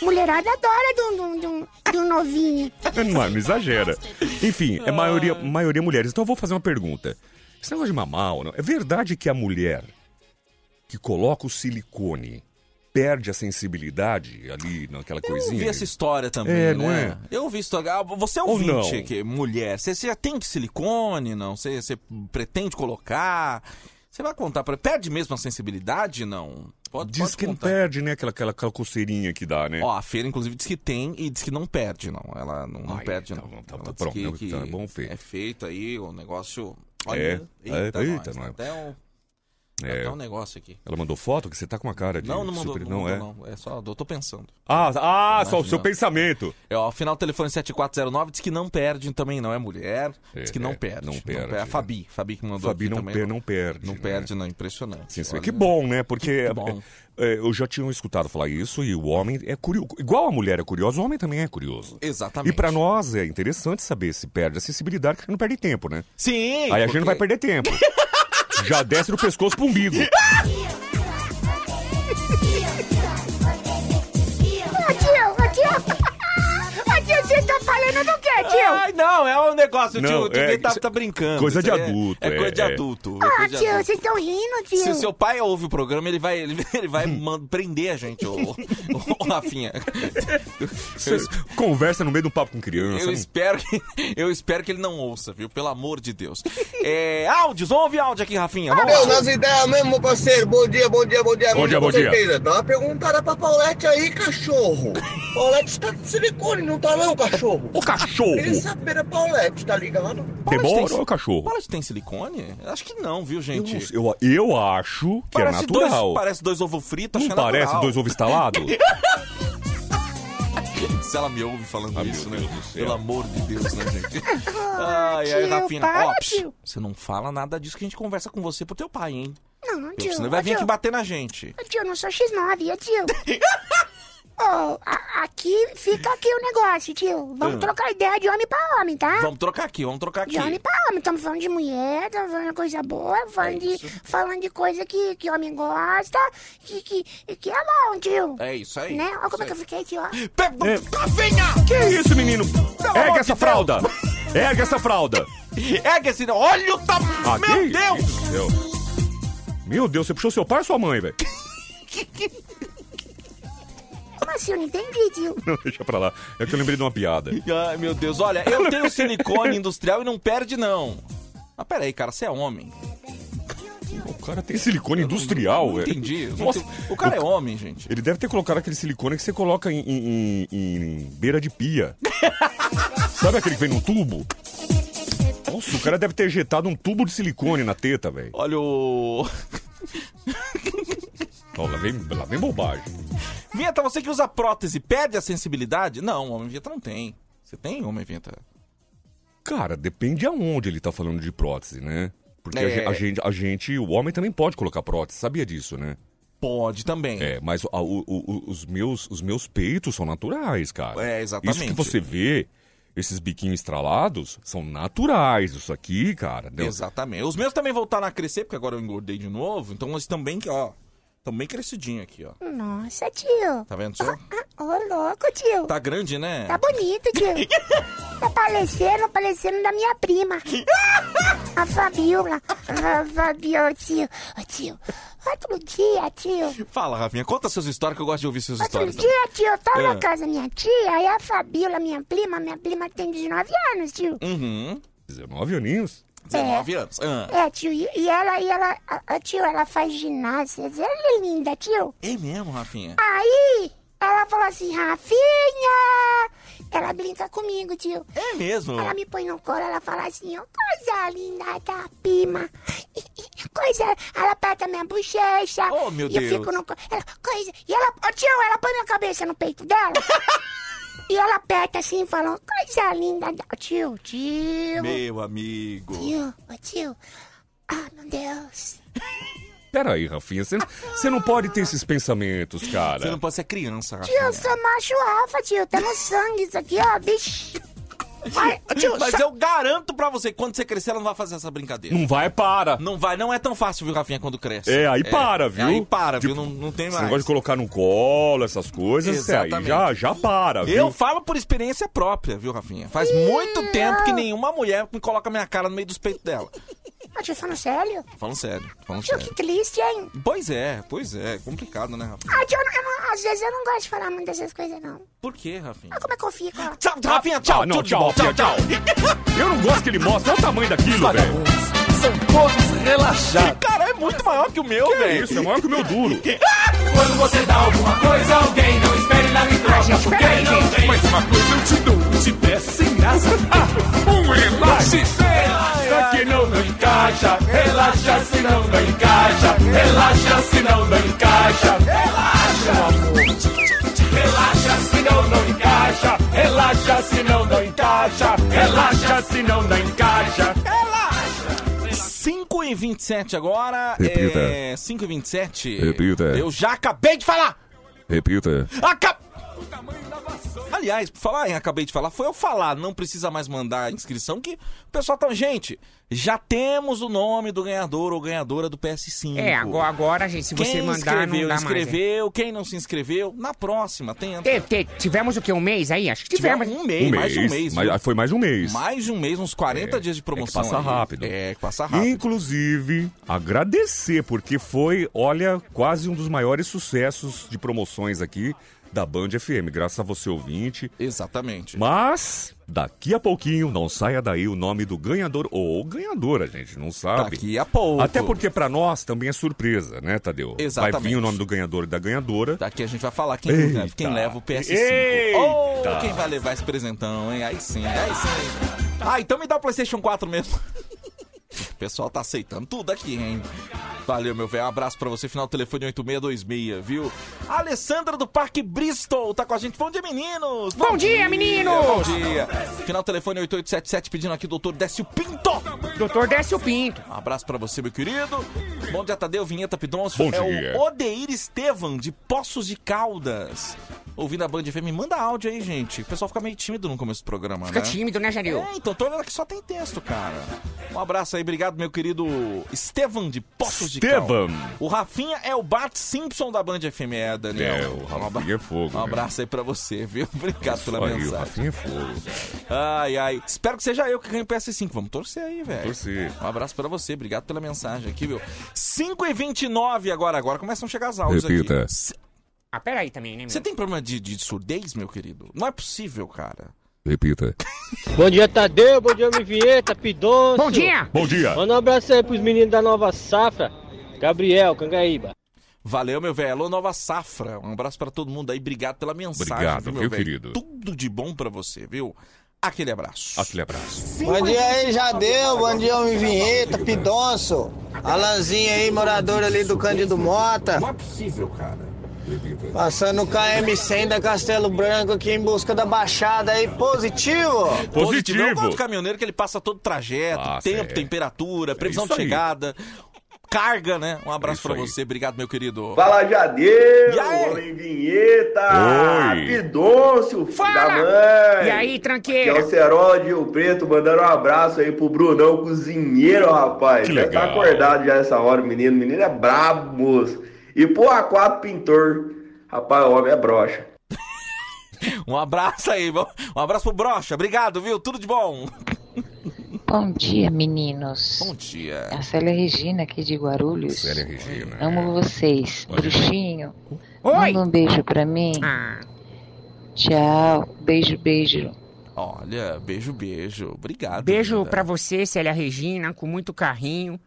[SPEAKER 2] Mulherada adora de um, de um- de um- de um novinho.
[SPEAKER 5] É, Não, não exagera. Enfim, é maioria, maioria mulheres. Então eu vou fazer uma pergunta. Esse negócio de mamar ou não? É verdade que a mulher que coloca o silicone perde a sensibilidade ali naquela
[SPEAKER 3] Eu
[SPEAKER 5] coisinha?
[SPEAKER 3] ouvi essa história também,
[SPEAKER 5] É, não
[SPEAKER 3] né?
[SPEAKER 5] é?
[SPEAKER 3] Eu ouvi história. Ah, Você é
[SPEAKER 5] Ou
[SPEAKER 3] ouvinte,
[SPEAKER 5] não?
[SPEAKER 3] que, mulher. Você, você já tem silicone, não? Você, você pretende colocar? Você vai contar pra. Perde mesmo a sensibilidade, não? Pode,
[SPEAKER 5] Diz
[SPEAKER 3] pode
[SPEAKER 5] que não
[SPEAKER 3] contar.
[SPEAKER 5] perde, né? Aquela, aquela, aquela coceirinha que dá, né?
[SPEAKER 3] Ó, a feira, inclusive, diz que tem e diz que não perde, não. Ela não, não
[SPEAKER 5] Ai,
[SPEAKER 3] perde,
[SPEAKER 5] tá
[SPEAKER 3] não.
[SPEAKER 5] bom, tá
[SPEAKER 3] Ela
[SPEAKER 5] bom,
[SPEAKER 3] diz
[SPEAKER 5] pronto, né? Tá bom, Fê.
[SPEAKER 3] É feito aí o negócio.
[SPEAKER 5] É,
[SPEAKER 3] Olha,
[SPEAKER 5] é, eita,
[SPEAKER 3] nós,
[SPEAKER 5] não é?
[SPEAKER 3] Até um,
[SPEAKER 5] É.
[SPEAKER 3] até um negócio aqui.
[SPEAKER 5] Ela mandou foto que você tá com uma cara de
[SPEAKER 3] Não, não mandou,
[SPEAKER 5] super...
[SPEAKER 3] não,
[SPEAKER 5] é?
[SPEAKER 3] mandou, não. É só, eu tô pensando.
[SPEAKER 5] Ah, ah só o seu
[SPEAKER 3] Imagina.
[SPEAKER 5] pensamento.
[SPEAKER 3] É, ó, final do telefone 7409 diz que não perde também, não é mulher. Diz que
[SPEAKER 5] É,
[SPEAKER 3] não
[SPEAKER 5] é,
[SPEAKER 3] perde.
[SPEAKER 5] não
[SPEAKER 3] É
[SPEAKER 5] perde,
[SPEAKER 3] a
[SPEAKER 5] né?
[SPEAKER 3] Fabi, Fabi que mandou
[SPEAKER 5] Fabi
[SPEAKER 3] aqui
[SPEAKER 5] não,
[SPEAKER 3] também.
[SPEAKER 5] per- não perde.
[SPEAKER 3] Não
[SPEAKER 5] né?
[SPEAKER 3] perde, não. Impressionante.
[SPEAKER 5] Sim, sim.
[SPEAKER 3] Olha,
[SPEAKER 5] Que bom, né?
[SPEAKER 3] *laughs*
[SPEAKER 5] Porque
[SPEAKER 3] Que bom.
[SPEAKER 5] é, é, eu já tinha escutado falar isso e o homem é curioso. Igual a mulher é curiosa, o homem também é curioso.
[SPEAKER 3] Exatamente.
[SPEAKER 5] E pra nós é interessante saber se perde acessibilidade, que a gente não perde tempo, né?
[SPEAKER 3] Sim!
[SPEAKER 5] Aí a
[SPEAKER 3] porque-
[SPEAKER 5] gente não vai
[SPEAKER 3] *laughs*
[SPEAKER 5] perder tempo. já desce do pescoço pro umbigo.
[SPEAKER 2] Ô, tio, ô, tio. Ô, tio, você tá falando do quê, tio?
[SPEAKER 3] Ai, não, é um negócio,
[SPEAKER 5] Não,
[SPEAKER 3] tio. O tio
[SPEAKER 5] é-
[SPEAKER 3] tá, tá brincando.
[SPEAKER 5] coisa
[SPEAKER 3] Isso
[SPEAKER 5] de
[SPEAKER 3] é-
[SPEAKER 5] adulto,
[SPEAKER 3] É,
[SPEAKER 5] é,
[SPEAKER 3] coisa de
[SPEAKER 5] é.
[SPEAKER 3] adulto. é
[SPEAKER 2] Ah,
[SPEAKER 3] coisa de
[SPEAKER 2] tio,
[SPEAKER 3] adulto.
[SPEAKER 2] vocês estão rindo, tio.
[SPEAKER 3] Se o seu pai ouve o programa, ele vai, ele, *laughs* ele vai
[SPEAKER 5] Hum.
[SPEAKER 3] man- prender a gente, ô, ô, ô, Rafinha.
[SPEAKER 5] Vocês Conversa no meio de um papo com criança.
[SPEAKER 3] Eu
[SPEAKER 5] não-
[SPEAKER 3] espero, que, eu espero que ele não ouça, viu? Pelo amor de Deus. É, áudios, vamos ouvir áudio aqui, Rafinha. Vamos
[SPEAKER 9] né?
[SPEAKER 10] Meu,
[SPEAKER 3] lá.
[SPEAKER 10] nas ideias mesmo, meu parceiro. Bom dia, bom dia, bom dia.
[SPEAKER 5] Bom dia, bom dia.
[SPEAKER 10] dia. Dá uma perguntada pra Paulette aí, cachorro. Paulette tá de silicone, não tá não, cachorro?
[SPEAKER 5] Ô cachorro!
[SPEAKER 10] Queria saber da Paulette, tá ligado?
[SPEAKER 5] Tem
[SPEAKER 3] Paulette
[SPEAKER 5] bola
[SPEAKER 3] tem-
[SPEAKER 5] ou é cachorro?
[SPEAKER 3] Paulette tem silicone? Acho que não, viu,
[SPEAKER 5] Eu,
[SPEAKER 3] gente?
[SPEAKER 5] não sei, eu, eu acho que é
[SPEAKER 3] parece, dois,
[SPEAKER 5] natural.
[SPEAKER 3] parece dois ovos fritos, acho
[SPEAKER 5] Não
[SPEAKER 3] que é
[SPEAKER 5] parece
[SPEAKER 3] natural.
[SPEAKER 5] dois
[SPEAKER 3] *laughs*
[SPEAKER 5] ovos estalados?
[SPEAKER 3] Se ela me ouve falando
[SPEAKER 5] Ah,
[SPEAKER 3] isso,
[SPEAKER 5] meu
[SPEAKER 3] né?
[SPEAKER 5] Deus do céu.
[SPEAKER 3] Pelo amor de Deus, né,
[SPEAKER 5] *laughs*
[SPEAKER 3] gente? ai, ai,
[SPEAKER 2] tio,
[SPEAKER 3] Rafinha.
[SPEAKER 2] para,
[SPEAKER 3] Ó, psh,
[SPEAKER 2] tio.
[SPEAKER 3] você não fala nada disso que a gente conversa com você pro teu pai, hein?
[SPEAKER 2] Não, tio.
[SPEAKER 3] Senão ele vai
[SPEAKER 2] ô,
[SPEAKER 3] vir
[SPEAKER 2] tio.
[SPEAKER 3] aqui bater na gente.
[SPEAKER 2] Ô, Tio, eu não sou X9,
[SPEAKER 3] *laughs*
[SPEAKER 2] é, tio. Ô, a- aqui fica aqui o negócio, tio. Vamos trocar ideia de homem pra homem, tá?
[SPEAKER 3] Ah. Vamos trocar aqui, vamos trocar aqui.
[SPEAKER 2] De homem pra homem, estamos falando de mulher, estamos falando de coisa boa,
[SPEAKER 3] É
[SPEAKER 2] falando, de, falando de coisa que, que homem gosta, que, que, que é bom, tio.
[SPEAKER 3] É isso aí.
[SPEAKER 2] Né? Olha como é que eu
[SPEAKER 3] *gasps*
[SPEAKER 2] fiquei, tio. ó.
[SPEAKER 3] Pega-
[SPEAKER 5] É.
[SPEAKER 3] Rafinha!
[SPEAKER 5] que isso, menino?
[SPEAKER 3] amor
[SPEAKER 5] Ergue
[SPEAKER 3] de
[SPEAKER 5] essa
[SPEAKER 3] Deus.
[SPEAKER 5] fralda! Ergue essa fralda!
[SPEAKER 3] *laughs* É que assim, olha o tamanho!
[SPEAKER 5] Ah,
[SPEAKER 3] Meu
[SPEAKER 5] que
[SPEAKER 3] Deus!
[SPEAKER 5] isso, meu. Meu Deus, você puxou seu pai ou sua mãe, velho? *laughs*
[SPEAKER 2] Como assim? Eu não entendi, tio.
[SPEAKER 5] Não, deixa pra lá. É que eu lembrei de uma piada.
[SPEAKER 3] Ai, meu Deus, olha, eu tenho silicone industrial e não perde, não. Mas peraí, cara, você é homem.
[SPEAKER 5] O cara tem silicone industrial, velho.
[SPEAKER 3] Entendi. Eu não
[SPEAKER 5] Nossa,
[SPEAKER 3] tenho- O cara é homem, gente.
[SPEAKER 5] Ele deve ter colocado aquele silicone que você coloca em, em- em- em beira de
[SPEAKER 3] *laughs*
[SPEAKER 5] pia. Sabe aquele que vem num tubo? Nossa, o cara deve ter injetado um tubo de silicone na teta, velho.
[SPEAKER 3] Olha o. *laughs*
[SPEAKER 5] Ó, Lá vem, lá vem bobagem.
[SPEAKER 3] Vinheta, você que usa prótese, perde a sensibilidade? Não, homem vinheta não tem. Você tem homem vinheta?
[SPEAKER 5] Cara, depende aonde ele tá falando de prótese, né? Porque a
[SPEAKER 3] É.
[SPEAKER 5] gen- a, gente, a gente, o homem também pode colocar prótese, sabia disso, né?
[SPEAKER 3] Pode também.
[SPEAKER 5] É, mas a- o- o- o- os, meus, os meus peitos são naturais, cara.
[SPEAKER 3] É, exatamente.
[SPEAKER 5] Isso que você vê, esses biquinhos estralados, são naturais. Isso aqui, cara. entendeu?
[SPEAKER 3] Exatamente. Os meus também voltaram a crescer, porque agora eu engordei de novo. Então eles também, ó. Estão bem crescidinhos aqui, ó.
[SPEAKER 2] Nossa, tio. ah,
[SPEAKER 3] Tá vendo só?
[SPEAKER 2] Ô, louco, tio.
[SPEAKER 3] Tá grande, né?
[SPEAKER 2] Tá bonito,
[SPEAKER 3] *laughs*
[SPEAKER 2] tio. Tá parecendo, parecendo da minha prima. A Fabiola. A Fabiola, tio. Ô, tio. Outro dia, tio.
[SPEAKER 3] Fala, Rafinha, conta seus histórias que eu gosto de ouvir seus
[SPEAKER 2] Outro
[SPEAKER 3] histórias.
[SPEAKER 2] dia, tio, eu tava
[SPEAKER 3] Ah.
[SPEAKER 2] na casa da minha tia, aí a Fabiola, minha prima, minha prima tem 19 anos, tio.
[SPEAKER 3] Uhum.
[SPEAKER 5] 19 aninhos.
[SPEAKER 3] É. 19 anos. Ah.
[SPEAKER 2] É, tio, e, e ela, e ela, a- a- tio, ela faz ginástica, ela é linda, tio.
[SPEAKER 3] É mesmo, Rafinha?
[SPEAKER 2] Aí, ela falou assim, Rafinha, ela brinca comigo, tio.
[SPEAKER 3] É mesmo?
[SPEAKER 2] Ela me põe no colo, ela fala assim, ó, coisa linda da pima. *laughs* Coisa, ela aperta minha bochecha.
[SPEAKER 3] Oh, meu
[SPEAKER 2] e
[SPEAKER 3] Deus.
[SPEAKER 2] eu fico no colo. Ela, coisa, e ela, ô tio, ela põe minha cabeça no peito dela.
[SPEAKER 3] *laughs*
[SPEAKER 2] e ela aperta assim, falando, coisa linda da... Tio, tio,
[SPEAKER 3] Meu amigo.
[SPEAKER 2] tio, ô tio. Ah, meu Deus.
[SPEAKER 5] Peraí, Rafinha, você você não pode ter esses pensamentos, cara.
[SPEAKER 3] Você não pode ser criança,
[SPEAKER 2] Tio,
[SPEAKER 3] Rafinha.
[SPEAKER 2] eu sou macho alfa, tio. Tá no sangue isso aqui, ó, bicho. Ai,
[SPEAKER 3] *laughs*
[SPEAKER 2] tio,
[SPEAKER 3] Mas
[SPEAKER 2] só-
[SPEAKER 3] eu garanto pra você, quando você crescer, ela não vai fazer essa brincadeira.
[SPEAKER 5] Não vai, para.
[SPEAKER 3] Não vai, não é tão fácil, viu, Rafinha, quando cresce.
[SPEAKER 5] É, aí para, viu?
[SPEAKER 3] Aí para,
[SPEAKER 5] Tipo,
[SPEAKER 3] viu? Não, não tem
[SPEAKER 5] Esse
[SPEAKER 3] mais.
[SPEAKER 5] negócio de colocar no colo, essas coisas, é, aí
[SPEAKER 3] Exatamente.
[SPEAKER 5] já, já para, viu?
[SPEAKER 3] Eu falo por experiência própria, viu, Rafinha? Faz muito tempo que
[SPEAKER 5] ah.
[SPEAKER 3] nenhuma mulher me coloca minha cara no meio dos peitos dela.
[SPEAKER 2] Ah, tio, falando sério?
[SPEAKER 3] Tô falando sério, tô falando
[SPEAKER 2] Tio,
[SPEAKER 3] sério.
[SPEAKER 2] que triste, hein?
[SPEAKER 3] Pois é, pois é. Complicado, né, Rafinha?
[SPEAKER 2] Ah, tio, eu não- eu não- às vezes eu não gosto de falar muito dessas coisas, não.
[SPEAKER 3] Por quê, Rafinha?
[SPEAKER 2] Ah, como é que eu fico, ó?
[SPEAKER 3] Tchau, Rafinha, tchau,
[SPEAKER 5] Ah, não,
[SPEAKER 3] tudo de
[SPEAKER 5] tchau,
[SPEAKER 3] bom, tchau,
[SPEAKER 5] Rafinha,
[SPEAKER 3] tchau.
[SPEAKER 5] Eu não gosto que ele mostre, olha o tamanho daquilo, velho.
[SPEAKER 3] um
[SPEAKER 11] São todos relaxados.
[SPEAKER 3] Cara, é muito maior que o meu,
[SPEAKER 5] É
[SPEAKER 3] velho.
[SPEAKER 5] isso, é maior que o meu
[SPEAKER 3] *laughs*
[SPEAKER 5] duro.
[SPEAKER 11] Quando você dá alguma coisa a alguém, não espere nada em troca, porque ele não tem. Mas uma coisa eu te dou, se peço sem graça. Ah, um relaxe. Relaxa que não, não encaixa. Relaxa se não, não encaixa. Relaxa se não, não encaixa. Relaxa, amor. Relaxa se não, não encaixa. Relaxa se não, não encaixa. Relaxa se não, não encaixa.
[SPEAKER 3] 5 e 27 agora.
[SPEAKER 5] Repita.
[SPEAKER 3] É 5 e 27.
[SPEAKER 5] Repita.
[SPEAKER 3] Eu já acabei de falar.
[SPEAKER 5] Repita.
[SPEAKER 3] Acab... Aliás, por falar em acabei de falar, foi eu falar, não precisa mais mandar a inscrição que o pessoal tá... Gente, já temos o nome do ganhador ou ganhadora do PS5.
[SPEAKER 6] É, agora, agora, gente, se
[SPEAKER 3] Quem
[SPEAKER 6] você mandar,
[SPEAKER 3] inscreveu,
[SPEAKER 6] não dá mais. é.
[SPEAKER 3] inscreveu. Quem não se inscreveu, na próxima, tenta.
[SPEAKER 6] Te- te- tivemos o quê? Um mês aí? Acho que
[SPEAKER 3] Tivemos
[SPEAKER 6] tivemos.
[SPEAKER 3] um mês, mais de um mês.
[SPEAKER 5] mas- é,
[SPEAKER 3] viu?
[SPEAKER 5] foi mais de um mês.
[SPEAKER 3] Mais de um mês, uns 40 dias de promoção.
[SPEAKER 5] passa
[SPEAKER 3] aí.
[SPEAKER 5] rápido.
[SPEAKER 3] É, que passa rápido.
[SPEAKER 5] Inclusive, agradecer, porque foi, olha, quase um dos maiores sucessos de promoções aqui da Band FM, graças a você, ouvinte.
[SPEAKER 3] Exatamente.
[SPEAKER 5] Mas, daqui a pouquinho, não saia daí o nome do ganhador ou ganhadora, gente, não sabe.
[SPEAKER 3] Daqui a Tá pouco.
[SPEAKER 5] Até porque pra nós também é surpresa, né, Tadeu? Vai
[SPEAKER 3] Exatamente. Tá
[SPEAKER 5] vir o nome do ganhador e da ganhadora.
[SPEAKER 3] Daqui a gente vai falar quem,
[SPEAKER 5] Eita.
[SPEAKER 3] leva, quem leva o PS5.
[SPEAKER 5] Eita.
[SPEAKER 3] Ou Oh, quem vai levar esse presentão, hein? Aí sim, aí sim. Ah, então me dá o PlayStation 4 mesmo. *laughs* O pessoal tá aceitando tudo aqui, hein? Valeu, meu velho. Um abraço pra você. Final do telefone 8626, viu? A Alessandra do Parque Bristol tá com a gente. Bom dia, meninos!
[SPEAKER 6] Bom dia,
[SPEAKER 3] Bom
[SPEAKER 6] meninos!
[SPEAKER 3] dia! Final do telefone 8877 pedindo aqui o doutor Décio Pinto.
[SPEAKER 6] Doutor Décio Pinto.
[SPEAKER 3] Um abraço pra você, meu querido. Bom dia, Tadeu Vinheta Pidonço.
[SPEAKER 5] Bom
[SPEAKER 3] é
[SPEAKER 5] dia.
[SPEAKER 3] o Odeir Estevam, de Poços de Caldas. Ouvindo a Band FM, manda áudio aí, gente. O pessoal fica meio tímido no começo do programa,
[SPEAKER 6] Fica
[SPEAKER 3] né?
[SPEAKER 6] tímido, né, Janil?
[SPEAKER 3] É, então tô olhando que só tem texto, cara. Um abraço aí, obrigado, meu querido Estevam de Poços de
[SPEAKER 5] Estevam.
[SPEAKER 3] Caldas. O Rafinha é o Bart Simpson da Band FM, é, Daniel.
[SPEAKER 5] É, o Rafinha
[SPEAKER 3] Um abra-
[SPEAKER 5] é fogo,
[SPEAKER 3] Um
[SPEAKER 5] né?
[SPEAKER 3] abraço aí pra você, viu? *laughs* Obrigado pela
[SPEAKER 5] Olha aí, o
[SPEAKER 3] mensagem.
[SPEAKER 5] Rafinha é fogo.
[SPEAKER 3] Ai, ai. Espero que seja eu que ganhe o PS5. Vamos torcer aí, velho.
[SPEAKER 5] Torcer.
[SPEAKER 3] Um abraço pra você. Obrigado pela mensagem aqui, viu? 5 e 29 agora. Agora começam a chegar as aulas
[SPEAKER 5] Repita.
[SPEAKER 3] aqui. C-
[SPEAKER 6] Ah, peraí também, né, meu?
[SPEAKER 3] Você tem problema de, de surdez, meu querido? Não é possível, cara.
[SPEAKER 5] Repita.
[SPEAKER 12] Bom dia, é Tadeu. Bom dia, Mivieta, Pidoncio.
[SPEAKER 6] Bom dia!
[SPEAKER 5] Bom dia.
[SPEAKER 12] Manda um abraço aí pros meninos da Nova Safra. Gabriel, Cangaíba.
[SPEAKER 3] Valeu, meu velho. Alô, Nova Safra. Um abraço pra todo mundo aí. Obrigado pela mensagem.
[SPEAKER 5] Obrigado,
[SPEAKER 3] meu
[SPEAKER 5] viu,
[SPEAKER 3] velho?
[SPEAKER 5] querido?
[SPEAKER 3] Tudo de bom pra você, viu? Aquele abraço.
[SPEAKER 5] Aquele abraço.
[SPEAKER 9] Bom dia aí, Jadeu, bom dia, homem vinheta, Pidonço, Alanzinho aí, morador ali do Cândido Mota. Não é possível, cara. Passando o KM100 da Castelo Branco aqui em busca da Baixada aí, positivo.
[SPEAKER 3] Positivo. É o bom do caminhoneiro que ele passa todo o trajeto, tempo,
[SPEAKER 9] é.
[SPEAKER 3] temperatura, previsão de
[SPEAKER 9] isso aí.
[SPEAKER 3] chegada, carga, né? Um abraço pra você. Obrigado, meu querido.
[SPEAKER 13] Fala Jadeu, homem vinheta,
[SPEAKER 3] Oi.
[SPEAKER 13] Pidoncio, filho da mãe.
[SPEAKER 6] E aí,
[SPEAKER 13] Que é
[SPEAKER 6] tranqueira?
[SPEAKER 13] o Cerol de Rio Preto, mandando um abraço aí pro Brunão, cozinheiro, rapaz.
[SPEAKER 5] Que
[SPEAKER 13] Já
[SPEAKER 5] legal.
[SPEAKER 13] tá acordado já essa hora, o menino. O menino é brabo, moço. E pro A4 Pintor, rapaz, o homem é broxa.
[SPEAKER 3] Um abraço aí. bom- Um abraço pro Brocha. Obrigado, viu? Tudo de bom.
[SPEAKER 14] Bom dia, meninos.
[SPEAKER 3] Bom dia.
[SPEAKER 14] A Célia Regina aqui de Guarulhos.
[SPEAKER 3] Célia Regina.
[SPEAKER 14] Amo vocês. Bruxinho. Manda um beijo pra mim.
[SPEAKER 6] Ah,
[SPEAKER 14] Tchau. Beijo, beijo.
[SPEAKER 3] Olha, beijo, beijo. Obrigado.
[SPEAKER 6] Beijo
[SPEAKER 3] linda.
[SPEAKER 6] pra você, Célia Regina, com muito carrinho.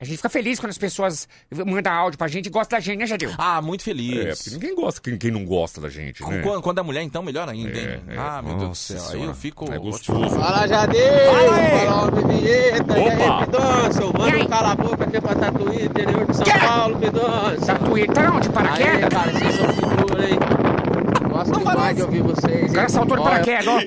[SPEAKER 6] A gente fica feliz quando as pessoas mandam áudio pra gente e gostam da gente, né, Jadeu?
[SPEAKER 3] Ah, muito feliz.
[SPEAKER 5] É, porque ninguém gosta, quem, quem não gosta da gente, né?
[SPEAKER 3] Quando, quando é mulher, então, melhor ainda, hein?
[SPEAKER 5] É, é.
[SPEAKER 3] Ah, meu Deus do
[SPEAKER 5] Nossa
[SPEAKER 3] céu. Aí
[SPEAKER 5] Senhora.
[SPEAKER 3] eu fico.
[SPEAKER 5] É gostoso.
[SPEAKER 9] Fala, Jadeu, fala, homem vinheta, e aí, Pidonço, manda um cala a boca aqui pra Tatuí, interior de São Paulo, Pidonço. Tatuí,
[SPEAKER 6] tá onde, paraquedas?
[SPEAKER 9] Aí, cara, vocês são figura, hein? Gosto demais de ouvir vocês, hein?
[SPEAKER 6] O cara saltou de
[SPEAKER 9] Olha,
[SPEAKER 14] *laughs*
[SPEAKER 6] paraquedas, ó.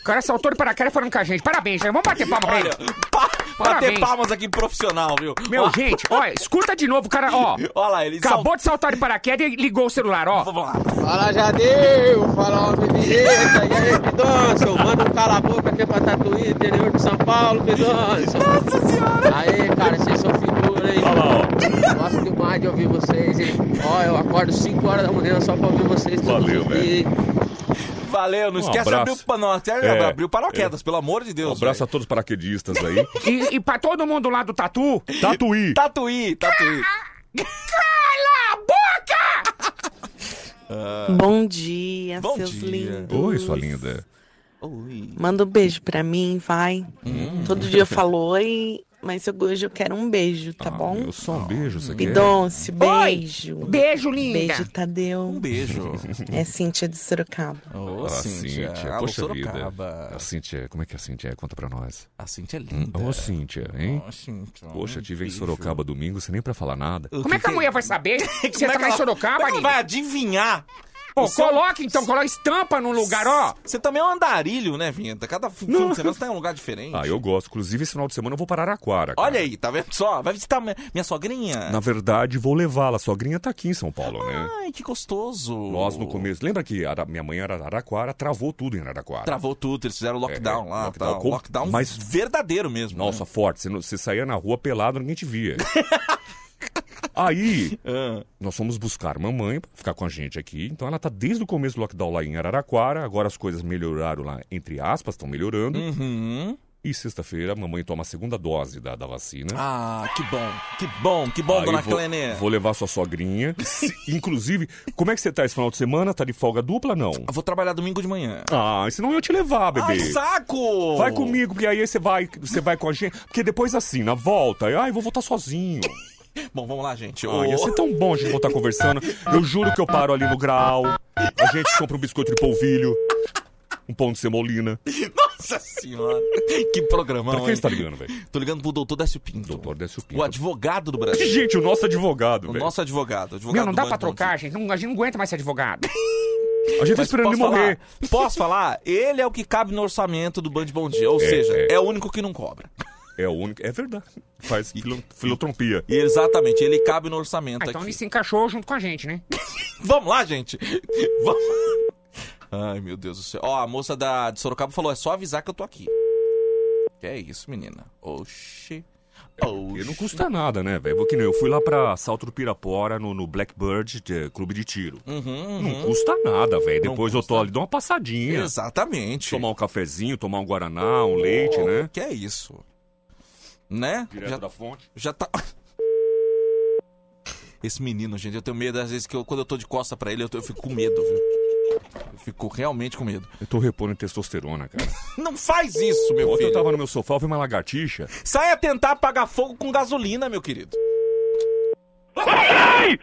[SPEAKER 6] O cara saltou de paraquedas falando com a gente. Parabéns, né? Vamos bater palma pra ele.
[SPEAKER 3] Bater
[SPEAKER 6] Parabéns.
[SPEAKER 3] palmas aqui profissional, viu?
[SPEAKER 6] Meu,
[SPEAKER 3] Ó,
[SPEAKER 6] gente, ó, escuta de novo, o cara, ó.
[SPEAKER 3] Olha lá, ele
[SPEAKER 6] acabou de saltar de paraquedas e ligou o celular, ó.
[SPEAKER 3] Vamos lá.
[SPEAKER 9] Fala, Jadeu, fala, homem vinheta, e aí, Pidonço, manda um cala a boca aqui pra Tatuí, interior de São Paulo, Pidonço. Nossa senhora. Aí, cara, vocês são figura, hein? Gosto demais de ouvir vocês, hein? Ó, eu acordo 5 horas da manhã só pra ouvir vocês. Valeu, velho.
[SPEAKER 3] Valeu, não
[SPEAKER 5] Um
[SPEAKER 3] esquece de abrir o
[SPEAKER 5] abraço.
[SPEAKER 3] pano, até
[SPEAKER 5] É,
[SPEAKER 3] abrir o paraquedas, pelo amor de
[SPEAKER 5] Um
[SPEAKER 3] Deus.
[SPEAKER 5] abraço a todos os paraquedistas aí.
[SPEAKER 3] *laughs*
[SPEAKER 6] E, e pra todo mundo lá do Tatu,
[SPEAKER 5] Tatuí.
[SPEAKER 3] Tatuí, tatuí.
[SPEAKER 6] cala a boca!
[SPEAKER 15] Bom dia,
[SPEAKER 3] Bom
[SPEAKER 15] seus
[SPEAKER 3] dia.
[SPEAKER 15] lindos.
[SPEAKER 5] Oi, sua linda.
[SPEAKER 15] Manda um beijo pra mim, vai. Todo dia eu falo oi, mas eu- hoje eu quero um beijo, tá bom?
[SPEAKER 5] Eu só um beijo, você quer?
[SPEAKER 15] Pidonce, beijo.
[SPEAKER 6] Beijo, linda.
[SPEAKER 15] Beijo, Tadeu. Um
[SPEAKER 5] *laughs*
[SPEAKER 3] beijo.
[SPEAKER 15] É Cíntia de Sorocaba.
[SPEAKER 3] Ô,
[SPEAKER 5] Ah,
[SPEAKER 3] Cíntia.
[SPEAKER 5] Cíntia,
[SPEAKER 3] Alô,
[SPEAKER 5] poxa vida.
[SPEAKER 3] Sorocaba.
[SPEAKER 5] A Cíntia, como é que é a Cíntia? Conta pra nós.
[SPEAKER 3] A Cíntia é
[SPEAKER 5] linda. Ô, Cíntia, hein?
[SPEAKER 3] Ô, Cíntia,
[SPEAKER 5] Poxa,
[SPEAKER 3] um
[SPEAKER 5] tive em
[SPEAKER 3] beijo.
[SPEAKER 5] Sorocaba domingo, sem nem pra falar nada.
[SPEAKER 6] Como é que a mulher vai
[SPEAKER 3] *laughs*
[SPEAKER 6] saber que você tá
[SPEAKER 3] é que
[SPEAKER 6] lá em
[SPEAKER 3] ela- como
[SPEAKER 6] Sorocaba,
[SPEAKER 3] é que ela
[SPEAKER 6] Aline?
[SPEAKER 3] vai adivinhar? é
[SPEAKER 6] Pô,
[SPEAKER 3] um O seu-
[SPEAKER 6] coloca então, coloca estampa num lugar, ó.
[SPEAKER 3] Você também é um andarilho, né, Vinheta? Cada fim de semana você tá em um lugar diferente.
[SPEAKER 5] Ah, eu gosto. Inclusive, esse final de semana eu vou para Araquara. cara.
[SPEAKER 3] Olha aí, tá vendo só? Vai visitar minha, minha sogrinha?
[SPEAKER 5] Na verdade, vou levá-la. Sogrinha tá aqui em São Paulo, né?
[SPEAKER 3] Ai, que gostoso.
[SPEAKER 5] Nós no começo. Lembra que a minha mãe era de Araraquara, travou tudo em Araraquara.
[SPEAKER 3] Travou tudo, eles fizeram lockdown lá. É, Lockdown,
[SPEAKER 5] Lockdown,
[SPEAKER 3] tal.
[SPEAKER 5] com-
[SPEAKER 3] lockdown
[SPEAKER 5] mas-
[SPEAKER 3] verdadeiro mesmo. né?
[SPEAKER 5] Nossa, forte. Você, não- você saía na rua pelado, ninguém
[SPEAKER 3] *laughs*
[SPEAKER 5] te via. Aí,
[SPEAKER 3] Ah.
[SPEAKER 5] nós fomos buscar mamãe pra ficar com a gente aqui. Então, ela tá desde o começo do lockdown lá em Araraquara. Agora as coisas melhoraram lá, entre aspas, estão melhorando.
[SPEAKER 3] Hum. Uhum.
[SPEAKER 5] E sexta-feira, a mamãe toma a segunda dose da, da vacina.
[SPEAKER 3] Ah, que bom, que bom, que bom,
[SPEAKER 5] Aí
[SPEAKER 3] dona
[SPEAKER 5] vou,
[SPEAKER 3] Clene.
[SPEAKER 5] vou levar
[SPEAKER 3] *laughs*
[SPEAKER 5] sua sogrinha. Se- Inclusive, como é que você tá esse final de semana? Tá de folga dupla, não?
[SPEAKER 3] Vou trabalhar domingo de manhã.
[SPEAKER 5] Ah, senão eu ia te levar, bebê.
[SPEAKER 3] Ai, saco!
[SPEAKER 5] Vai comigo, porque aí você vai, você vai com a gente. Porque depois assim, na volta, ai, vou voltar sozinho.
[SPEAKER 3] Bom, vamos lá, gente.
[SPEAKER 5] Ah, ia ser tão bom a gente voltar conversando. Eu juro que eu paro ali no grau. A gente compra um biscoito de polvilho. Um pão de semolina.
[SPEAKER 3] Nossa senhora, que programão,
[SPEAKER 5] Pra quem
[SPEAKER 3] hein?
[SPEAKER 5] você tá ligando, velho?
[SPEAKER 3] Tô ligando pro doutor Décio Pinto. Doutor
[SPEAKER 5] Décio
[SPEAKER 3] Pinto. O advogado do Brasil.
[SPEAKER 5] Gente, o nosso advogado,
[SPEAKER 3] O
[SPEAKER 5] velho.
[SPEAKER 3] nosso advogado. advogado
[SPEAKER 6] Meu, não
[SPEAKER 3] do
[SPEAKER 6] dá
[SPEAKER 3] Band
[SPEAKER 6] pra
[SPEAKER 3] Bom
[SPEAKER 6] trocar, gente. Não, a gente não aguenta mais ser advogado.
[SPEAKER 5] A gente
[SPEAKER 3] tá
[SPEAKER 5] esperando ele morrer.
[SPEAKER 3] Posso falar? Ele é o que cabe no orçamento do Band Bom Dia. Ou
[SPEAKER 5] É,
[SPEAKER 3] seja,
[SPEAKER 5] é.
[SPEAKER 3] é. o único que não cobra.
[SPEAKER 5] É o único. É verdade. Faz filo- filotropia.
[SPEAKER 3] E Exatamente, ele cabe no orçamento
[SPEAKER 6] Ah, então
[SPEAKER 3] aqui.
[SPEAKER 6] ele se encaixou junto com a gente, né?
[SPEAKER 3] Vamos lá, gente. *laughs* Vamos. Ai, meu Deus do céu. Ó, a moça da, de Sorocaba falou: é só avisar que eu tô aqui. Que é isso, menina. Oxi. Oxi.
[SPEAKER 5] E não custa nada, né, velho? Porque nem eu fui lá pra Salto do Pirapora, no, no Blackbird eh, Clube de Tiro.
[SPEAKER 3] Uhum.
[SPEAKER 5] Uhum. Não é. custa nada, velho. Depois eu tô ali, dou uma passadinha.
[SPEAKER 3] Exatamente.
[SPEAKER 5] Tomar um cafezinho, tomar um guaraná, um leite,
[SPEAKER 3] Oh,
[SPEAKER 5] né?
[SPEAKER 3] Que é isso? Né?
[SPEAKER 5] Direto da fonte.
[SPEAKER 3] Já tá. *laughs* Esse menino, gente, eu tenho medo. Às vezes que eu- quando eu tô de costa pra ele, eu, tô- eu fico com medo, viu? Eu fico realmente com medo.
[SPEAKER 5] Eu tô repondo testosterona, cara.
[SPEAKER 3] Não faz isso, meu
[SPEAKER 5] Ontem
[SPEAKER 3] filho.
[SPEAKER 5] eu tava no meu sofá, eu vi uma lagartixa.
[SPEAKER 3] Saia tentar apagar fogo com gasolina, meu querido.
[SPEAKER 4] Ai!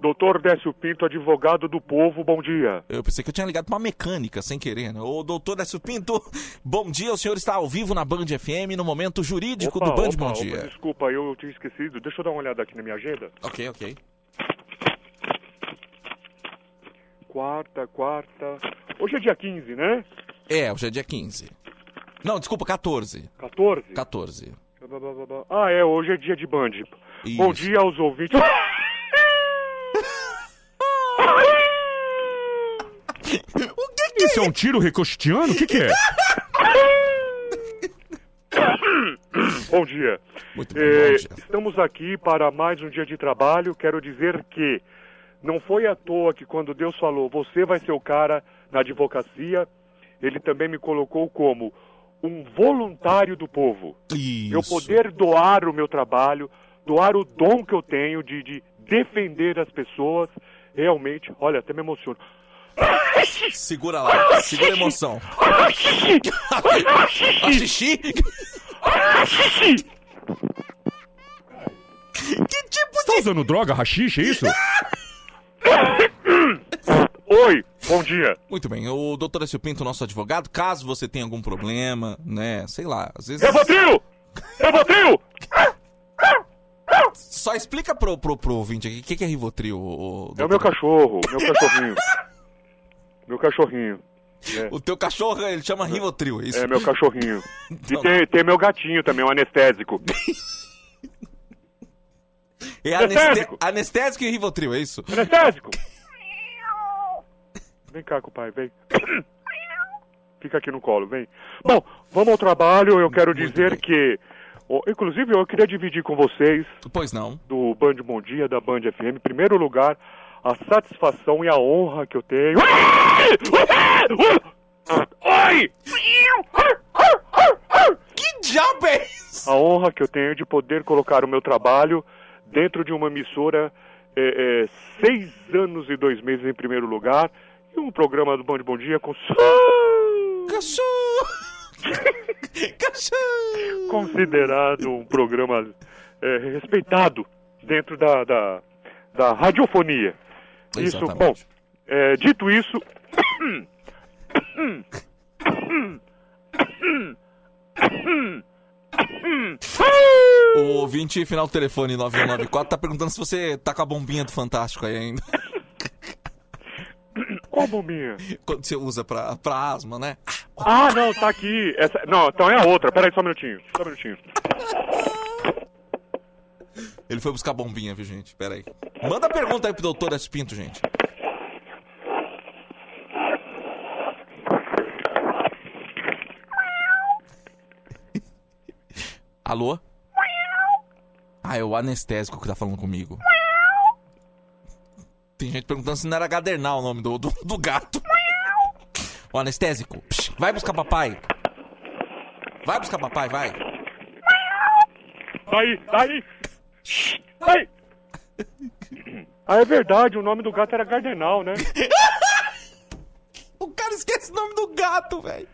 [SPEAKER 12] Doutor Décio Pinto, advogado do povo, bom dia.
[SPEAKER 3] Eu pensei que eu tinha ligado pra uma mecânica, sem querer, né? Ô, doutor Décio Pinto, *laughs* bom dia. O senhor está ao vivo na Band FM, no momento jurídico
[SPEAKER 12] Opa,
[SPEAKER 3] do Band
[SPEAKER 12] opa,
[SPEAKER 3] Bom
[SPEAKER 12] opa,
[SPEAKER 3] Dia.
[SPEAKER 12] desculpa, eu tinha esquecido. Deixa eu dar uma olhada aqui na minha agenda.
[SPEAKER 3] Ok, ok.
[SPEAKER 12] Quarta, quarta. Hoje é dia 15, né?
[SPEAKER 3] É, hoje é dia 15. Não, desculpa, 14.
[SPEAKER 12] 14?
[SPEAKER 3] 14.
[SPEAKER 12] Blá, blá, blá, blá. Ah, é, hoje é dia de Band. Bom dia aos ouvintes.
[SPEAKER 5] Isso é um tiro recostiano? O que, que é?
[SPEAKER 12] *coughs* bom dia.
[SPEAKER 3] é?
[SPEAKER 12] Eh, Estamos aqui para mais um dia de trabalho. Quero dizer que não foi à toa que quando Deus falou, você vai ser o cara na advocacia, ele também me colocou como um voluntário do povo. Eu poder doar o meu trabalho, doar o dom que eu tenho de, de defender as pessoas, realmente, olha, até me emociono.
[SPEAKER 5] Tá
[SPEAKER 3] Segura lá, segura a emoção. Ah, xixi?
[SPEAKER 5] Que tipo Você tá usando droga, rachixe, é isso?
[SPEAKER 12] Oi, bom dia.
[SPEAKER 3] Muito bem, o doutor Décio Pinto, nosso advogado, caso você tenha algum problema, né, sei lá, às
[SPEAKER 12] É
[SPEAKER 3] vezes...
[SPEAKER 12] Revotril! É Revotril!
[SPEAKER 3] Só explica pro, pro, pro ouvinte aqui, o que, que é Rivotril, o,
[SPEAKER 12] É o meu cachorro, *laughs* meu cachorrinho. meu cachorrinho. É.
[SPEAKER 3] O teu cachorro, ele chama Rivotril, é isso?
[SPEAKER 12] É, meu cachorrinho.
[SPEAKER 3] Então-
[SPEAKER 5] Tá
[SPEAKER 12] E tem, tem meu gatinho também, um anestésico.
[SPEAKER 3] É anestésico. anestésico e Rivotril, é isso?
[SPEAKER 12] Anestésico! Vem cá com o pai, vem. Fica aqui no colo, vem. Bom, vamos ao trabalho. Eu quero dizer que. ó, inclusive, eu queria dividir com vocês.
[SPEAKER 3] Pois não.
[SPEAKER 12] Do Band Bom Dia, da Band FM. Em primeiro lugar, a satisfação e a honra que eu tenho. Oi!
[SPEAKER 3] Que diabo é
[SPEAKER 12] A honra que eu tenho de poder colocar um o meu trabalho dentro de uma emissora é, é, seis anos e dois meses em primeiro lugar e um programa do Band Bom Dia com
[SPEAKER 3] Cachorro! *laughs* Cachorro!
[SPEAKER 12] considerado um programa é, respeitado dentro da, da, da radiofonia. Isso, bom, é, dito isso.
[SPEAKER 3] O ouvinte final do telefone 9194 tá perguntando se você tá com a bombinha do Fantástico aí ainda. *laughs*
[SPEAKER 12] Qual bombinha?
[SPEAKER 3] Quando você usa pra, pra asma, né?
[SPEAKER 12] Ah, não, tá aqui. Essa... Não, então é a outra. Peraí, só um minutinho. Só um minutinho.
[SPEAKER 3] Ele foi buscar a bombinha, viu, gente? Pera aí. Manda pergunta aí pro doutor S. Pinto, gente. *laughs* Alô? Ah, é o anestésico que tá falando comigo. Tem gente perguntando se não era gadernal o nome do, do, do gato. *laughs* O anestésico. Psh, vai buscar papai. Vai buscar papai, vai.
[SPEAKER 12] Daí, daí! Daí! Tá Ah, é verdade, o nome do gato era Gardenal, né?
[SPEAKER 3] O cara esquece o nome do gato, velho.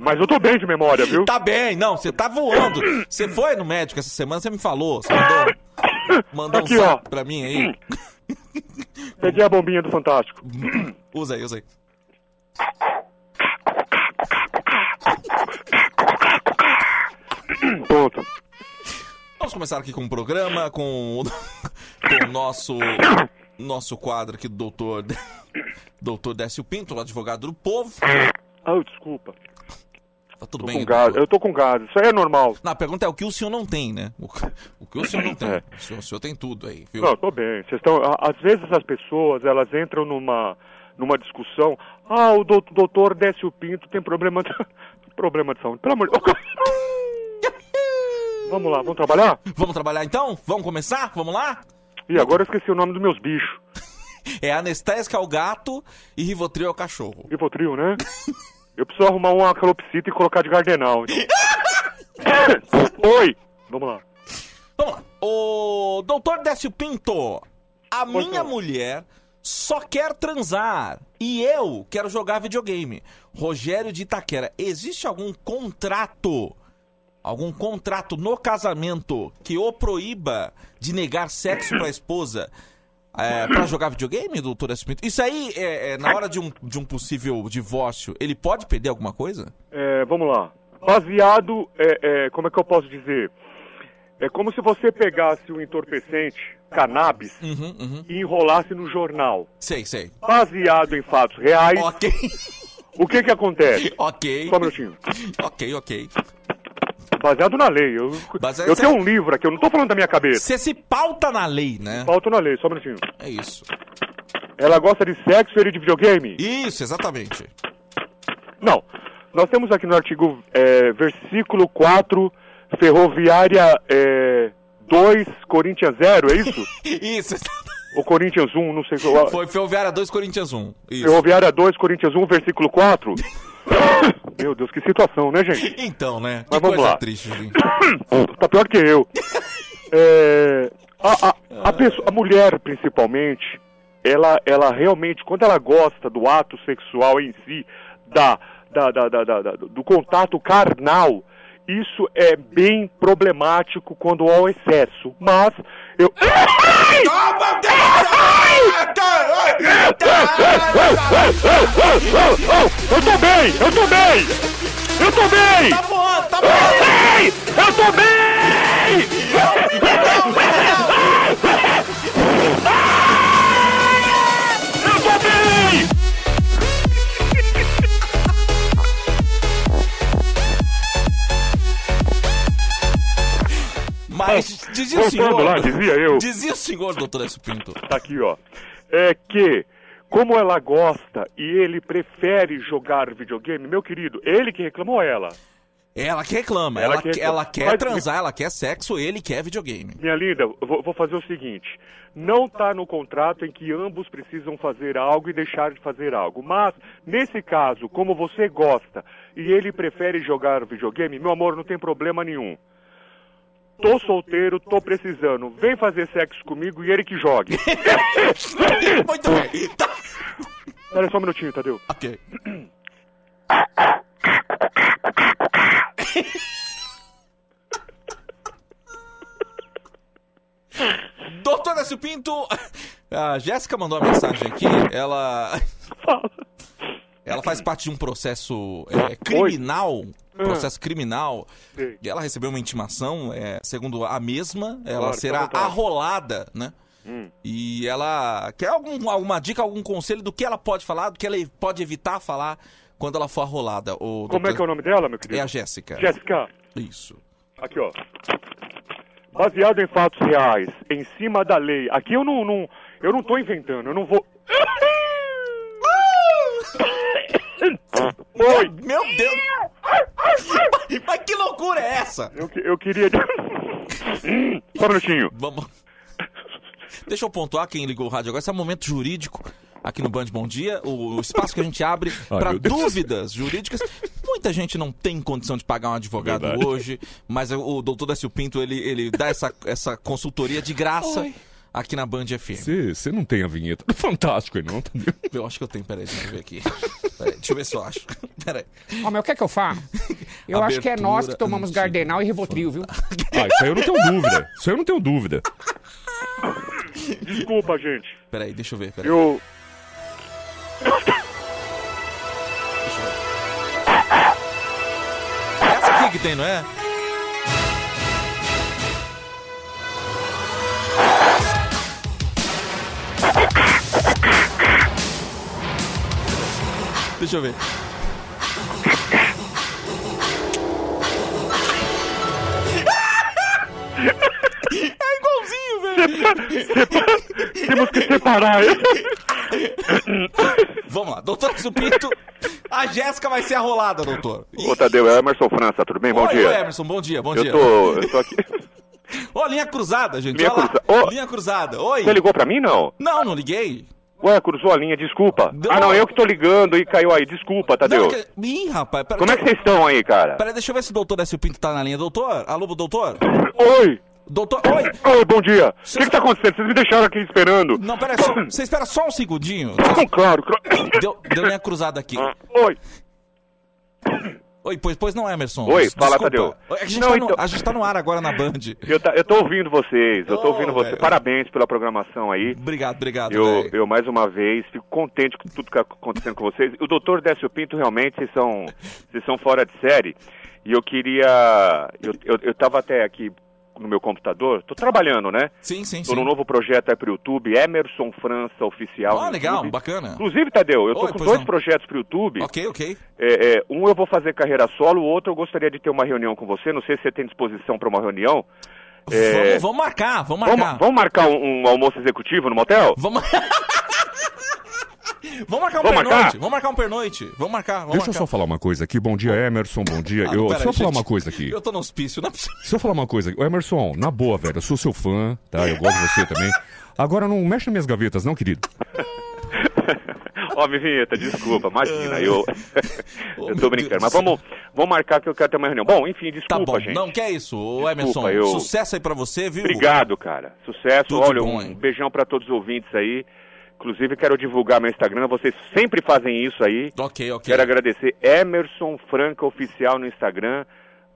[SPEAKER 12] Mas eu tô bem de memória, viu?
[SPEAKER 3] Tá bem, não, você tá voando. Você foi no médico essa semana, você me falou. Você mandou, mandou
[SPEAKER 12] Aqui,
[SPEAKER 3] um
[SPEAKER 12] ó.
[SPEAKER 3] zap pra mim aí.
[SPEAKER 12] Peguei a bombinha do Fantástico.
[SPEAKER 3] Usa aí, usa aí.
[SPEAKER 12] Pronto.
[SPEAKER 3] Vamos começar aqui com o programa, com, o- *laughs* com o nosso, nosso quadro aqui do doutor, doutor Décio Pinto, o advogado do povo.
[SPEAKER 12] Ah, desculpa.
[SPEAKER 3] Tá tudo
[SPEAKER 12] Tô
[SPEAKER 3] bem?
[SPEAKER 12] com gás. Eu tô com gás, isso aí é normal.
[SPEAKER 3] Não, a pergunta é o que o senhor não tem, né? O, que- o que o senhor não tem. O, senhor, o senhor tem tudo aí, viu?
[SPEAKER 12] É. Não, tô bem. Vocês estão. a- Às vezes as pessoas elas entram numa numa discussão. Ah, o doutor, doutor Décio Pinto tem problema de, *laughs* problema de saúde. Pelo amor de Vamos lá, vamos trabalhar?
[SPEAKER 3] Vamos trabalhar então? Vamos começar? Vamos lá?
[SPEAKER 12] E agora eu esqueci o nome dos meus bichos.
[SPEAKER 3] É anestésica ao gato e Rivotril ao cachorro.
[SPEAKER 12] Rivotril, né? Eu preciso arrumar uma calopsita e colocar de gardenal. então. *coughs* Oi! Vamos lá.
[SPEAKER 3] Vamos lá. O doutor Décio Pinto, a minha mulher só quer transar e eu quero jogar videogame. Rogério de Itaquera, existe algum contrato, algum contrato no casamento que o proíba de negar sexo pra esposa é, pra jogar videogame, doutora Smith? Isso aí, é, é, na hora de um, de um possível divórcio, ele pode perder alguma coisa?
[SPEAKER 12] É, vamos lá. Baseado, é, é, como é que eu posso dizer? É como se você pegasse um entorpecente, cannabis,
[SPEAKER 3] Uhum,
[SPEAKER 12] e enrolasse no jornal.
[SPEAKER 3] Sei, sei.
[SPEAKER 12] Baseado em fatos reais.
[SPEAKER 3] Ok. *laughs*
[SPEAKER 12] O que que acontece?
[SPEAKER 3] Ok.
[SPEAKER 12] Só um minutinho.
[SPEAKER 3] Ok, ok.
[SPEAKER 12] Baseado na lei. Eu,
[SPEAKER 3] Baseado-
[SPEAKER 12] eu tenho um livro aqui, eu não tô falando da minha cabeça.
[SPEAKER 3] Você se pauta na lei, né?
[SPEAKER 12] Falta na lei, só um minutinho.
[SPEAKER 3] É isso.
[SPEAKER 12] Ela gosta de sexo e ele de videogame?
[SPEAKER 3] Isso, exatamente.
[SPEAKER 12] Não. Nós temos aqui no artigo é, versículo 4, Ferroviária é, 2, Corinthians 0, é isso?
[SPEAKER 3] Isso.
[SPEAKER 12] Ou Corinthians 1, não sei qual.
[SPEAKER 3] Foi Ferroviária 2, Corinthians 1. Isso.
[SPEAKER 12] Ferroviária 2, Corinthians 1, versículo
[SPEAKER 3] *laughs*
[SPEAKER 12] 4. Meu Deus, que situação, né, gente?
[SPEAKER 3] Então, né?
[SPEAKER 12] Mas
[SPEAKER 3] que
[SPEAKER 12] vamos
[SPEAKER 3] coisa
[SPEAKER 12] lá.
[SPEAKER 3] triste, gente.
[SPEAKER 12] *coughs* tá pior
[SPEAKER 3] *laughs*
[SPEAKER 12] que eu. É, a, a-
[SPEAKER 3] Ah.
[SPEAKER 12] a pessoa- a mulher, principalmente, ela, ela realmente, quando ela gosta do ato sexual em si, da, da- da- da- da- da- do contato carnal, isso é bem problemático quando há o excesso. Mas eu. Eu tô bem! Eu tô bem! Eu tô bem! Tá
[SPEAKER 3] bom, tá
[SPEAKER 12] bom! Eu tô bem! Eu tô bem!
[SPEAKER 3] Mas dizia o
[SPEAKER 12] Voltando
[SPEAKER 3] senhor.
[SPEAKER 12] lá, dizia eu.
[SPEAKER 3] Dizia o senhor, doutor S. Pinto.
[SPEAKER 12] Tá aqui, ó. É que, como ela gosta e ele prefere jogar videogame, meu querido, ele que reclamou ou ela?
[SPEAKER 3] Ela que reclama, ela,
[SPEAKER 12] Ela
[SPEAKER 3] que-
[SPEAKER 12] que reclama.
[SPEAKER 3] ela quer
[SPEAKER 12] Mas-
[SPEAKER 3] transar, ela quer sexo, ele quer videogame.
[SPEAKER 12] Minha linda, eu vou vou fazer o seguinte: não está no contrato em que ambos precisam fazer algo e deixar de fazer algo. Mas, nesse caso, como você gosta e ele prefere jogar videogame, meu amor, não tem problema nenhum. Tô solteiro, tô precisando. Vem fazer sexo comigo e ele que
[SPEAKER 3] *laughs*
[SPEAKER 12] jogue. É
[SPEAKER 3] Muito bem. Tá
[SPEAKER 12] Espera só um minutinho, Tadeu.
[SPEAKER 3] Ok. *coughs* Doutor Décio Pinto, a Jéssica mandou uma mensagem aqui. Ela. Ela faz parte de um processo é, criminal.
[SPEAKER 12] Ah.
[SPEAKER 3] Processo criminal.
[SPEAKER 12] Sei.
[SPEAKER 3] E ela recebeu uma intimação, é, segundo a mesma, ela
[SPEAKER 12] Claro, fica à
[SPEAKER 3] será
[SPEAKER 12] vontade.
[SPEAKER 3] arrolada, né?
[SPEAKER 12] Hum.
[SPEAKER 3] E ela quer algum- alguma dica, algum conselho do que ela pode falar, do que ela pode evitar falar quando ela for arrolada. O
[SPEAKER 12] Como é que é o nome dela, meu querido?
[SPEAKER 3] É a Jéssica.
[SPEAKER 12] Jéssica.
[SPEAKER 3] Isso.
[SPEAKER 12] Aqui, ó. Baseado em fatos reais, em cima da lei. Aqui eu não, não, eu não tô inventando, eu
[SPEAKER 8] *coughs*
[SPEAKER 12] não vou. Oi!
[SPEAKER 3] Meu Deus! *laughs* Mas que loucura é essa?
[SPEAKER 12] Eu, que- eu queria. *coughs* Só um minutinho.
[SPEAKER 3] Vamos. *laughs* Deixa eu pontuar quem ligou o rádio agora. Esse é um momento jurídico aqui no Band Bom Dia. O, o espaço que a
[SPEAKER 1] *laughs*
[SPEAKER 3] gente abre para
[SPEAKER 1] meu Deus.
[SPEAKER 3] dúvidas jurídicas. Muita gente não tem condição de pagar um advogado
[SPEAKER 1] Verdade.
[SPEAKER 3] hoje, mas o, o doutor Décio Pinto ele, ele dá essa, essa consultoria de graça aqui na Band FM.
[SPEAKER 5] Você você não tem a vinheta do Fantástico aí, não, entendeu?
[SPEAKER 3] Eu acho que eu tenho, peraí, deixa eu ver aqui. Peraí, deixa eu ver se eu acho. Peraí.
[SPEAKER 6] Ó, mas o que é que eu
[SPEAKER 3] *laughs*
[SPEAKER 6] falo? Eu acho que é nós que tomamos Gardenal e Rivotril, viu?
[SPEAKER 5] Ah, isso aí eu não tenho dúvida. Isso aí eu não tenho dúvida.
[SPEAKER 12] Desculpa, gente.
[SPEAKER 3] Peraí, deixa eu ver. Peraí.
[SPEAKER 12] Eu.
[SPEAKER 3] Essa aqui que tem, não é? Deixa eu ver. É igualzinho, velho.
[SPEAKER 12] Temos que separar.
[SPEAKER 3] Vamos lá, doutor Supinto. A Jéssica vai ser arrolada, doutor.
[SPEAKER 8] Ô, Tadeu, é o Emerson França, tudo bem? Bom
[SPEAKER 3] Oi,
[SPEAKER 8] dia.
[SPEAKER 3] oi, Emerson, bom dia, bom dia.
[SPEAKER 8] Eu tô, eu tô aqui.
[SPEAKER 3] Ó, linha cruzada, gente.
[SPEAKER 8] Linha
[SPEAKER 3] olha lá.
[SPEAKER 8] cruza- Ô.
[SPEAKER 3] Linha cruzada. Oi.
[SPEAKER 8] Você ligou pra mim, não?
[SPEAKER 3] Não, não liguei.
[SPEAKER 8] Ué, cruzou a linha, desculpa. Ah, não, eu que tô ligando e caiu aí, desculpa, Tadeu.
[SPEAKER 3] Não, é que- Ih, rapaz,
[SPEAKER 8] é
[SPEAKER 3] pera...
[SPEAKER 8] Como é que vocês estão aí, cara?
[SPEAKER 3] Pera, deixa eu ver se o doutor Décio Pinto tá na linha. Doutor? Alô, doutor?
[SPEAKER 12] Oi!
[SPEAKER 3] Doutor. Oi!
[SPEAKER 12] Ô, bom dia. O que, que tá acontecendo? Vocês me deixaram aqui esperando.
[SPEAKER 3] Não, pera
[SPEAKER 12] *coughs*
[SPEAKER 3] só. Você espera só um segundinho.
[SPEAKER 12] Claro,
[SPEAKER 3] Deu, deu linha cruzada aqui.
[SPEAKER 12] *coughs* Oi.
[SPEAKER 3] Oi, pois, pois não, Emerson.
[SPEAKER 12] Oi,
[SPEAKER 3] Des-
[SPEAKER 12] fala,
[SPEAKER 3] desculpa.
[SPEAKER 12] Tadeu.
[SPEAKER 3] Oi, A gente,
[SPEAKER 12] Não,
[SPEAKER 3] tá no,
[SPEAKER 12] então-
[SPEAKER 3] a gente tá no ar agora na Band.
[SPEAKER 12] Eu, tá- eu tô ouvindo vocês, eu tô
[SPEAKER 3] Ô,
[SPEAKER 12] ouvindo você.
[SPEAKER 3] velho.
[SPEAKER 12] Parabéns pela programação aí.
[SPEAKER 3] Obrigado, obrigado.
[SPEAKER 12] Eu,
[SPEAKER 3] velho.
[SPEAKER 12] eu, mais uma vez, fico contente com tudo que tá acontecendo com vocês. O doutor Décio Pinto, realmente, vocês são, vocês são fora de série. E eu queria... Eu, eu, eu tava até aqui no meu computador, tô trabalhando, né?
[SPEAKER 3] Sim, sim,
[SPEAKER 12] Tô
[SPEAKER 3] sim.
[SPEAKER 12] num novo projeto aí pro YouTube, Emerson França Oficial.
[SPEAKER 3] Ah,
[SPEAKER 12] no
[SPEAKER 3] legal,
[SPEAKER 12] YouTube.
[SPEAKER 3] bacana.
[SPEAKER 12] Inclusive, Tadeu, eu tô
[SPEAKER 3] Oi,
[SPEAKER 12] com
[SPEAKER 3] pois
[SPEAKER 12] dois
[SPEAKER 3] não.
[SPEAKER 12] projetos pro YouTube.
[SPEAKER 3] Ok, ok.
[SPEAKER 12] É, é, um eu vou fazer carreira solo, o outro eu gostaria de ter uma reunião com você. Não sei se você tem disposição para uma reunião. É,
[SPEAKER 3] Vamos, vamos marcar, vamos
[SPEAKER 12] vamos-
[SPEAKER 3] marcar.
[SPEAKER 12] vamos marcar um, um almoço executivo no motel?
[SPEAKER 3] Vamos, *laughs* Vamos marcar um
[SPEAKER 12] Vamos
[SPEAKER 3] pernoite.
[SPEAKER 12] marcar?
[SPEAKER 3] Vamos marcar um pernoite. Vamos marcar, vamos
[SPEAKER 5] Deixa eu
[SPEAKER 3] marcar.
[SPEAKER 5] só falar uma coisa aqui. Bom dia, Emerson. Bom dia.
[SPEAKER 3] Ah,
[SPEAKER 5] eu,
[SPEAKER 3] pera
[SPEAKER 5] só
[SPEAKER 3] aí,
[SPEAKER 5] falar
[SPEAKER 3] gente.
[SPEAKER 5] uma coisa aqui.
[SPEAKER 3] Eu tô no hospício, não é possível.
[SPEAKER 5] Só falar uma coisa. Ô, Emerson, na boa, velho. Eu sou seu fã, tá? Eu gosto de você também. Agora não mexe nas minhas gavetas, não, querido.
[SPEAKER 12] *laughs* Ó, minha vinheta, desculpa,
[SPEAKER 3] *laughs*
[SPEAKER 12] imagina, eu, *laughs* eu tô brincando. Mas vamos, vamos marcar que eu quero ter uma reunião. Bom, enfim, desculpa,
[SPEAKER 3] Tá bom,
[SPEAKER 12] gente.
[SPEAKER 3] não, que é isso, ô Emerson.
[SPEAKER 12] eu-
[SPEAKER 3] Sucesso aí pra você, viu?
[SPEAKER 12] Obrigado, cara. Sucesso.
[SPEAKER 3] Tudo
[SPEAKER 12] Olha,
[SPEAKER 3] bom,
[SPEAKER 12] um
[SPEAKER 3] hein?
[SPEAKER 12] beijão pra todos os ouvintes aí. Inclusive, quero divulgar meu Instagram. Vocês sempre fazem isso aí.
[SPEAKER 3] Ok, ok.
[SPEAKER 12] Quero agradecer Emerson Franca Oficial no Instagram.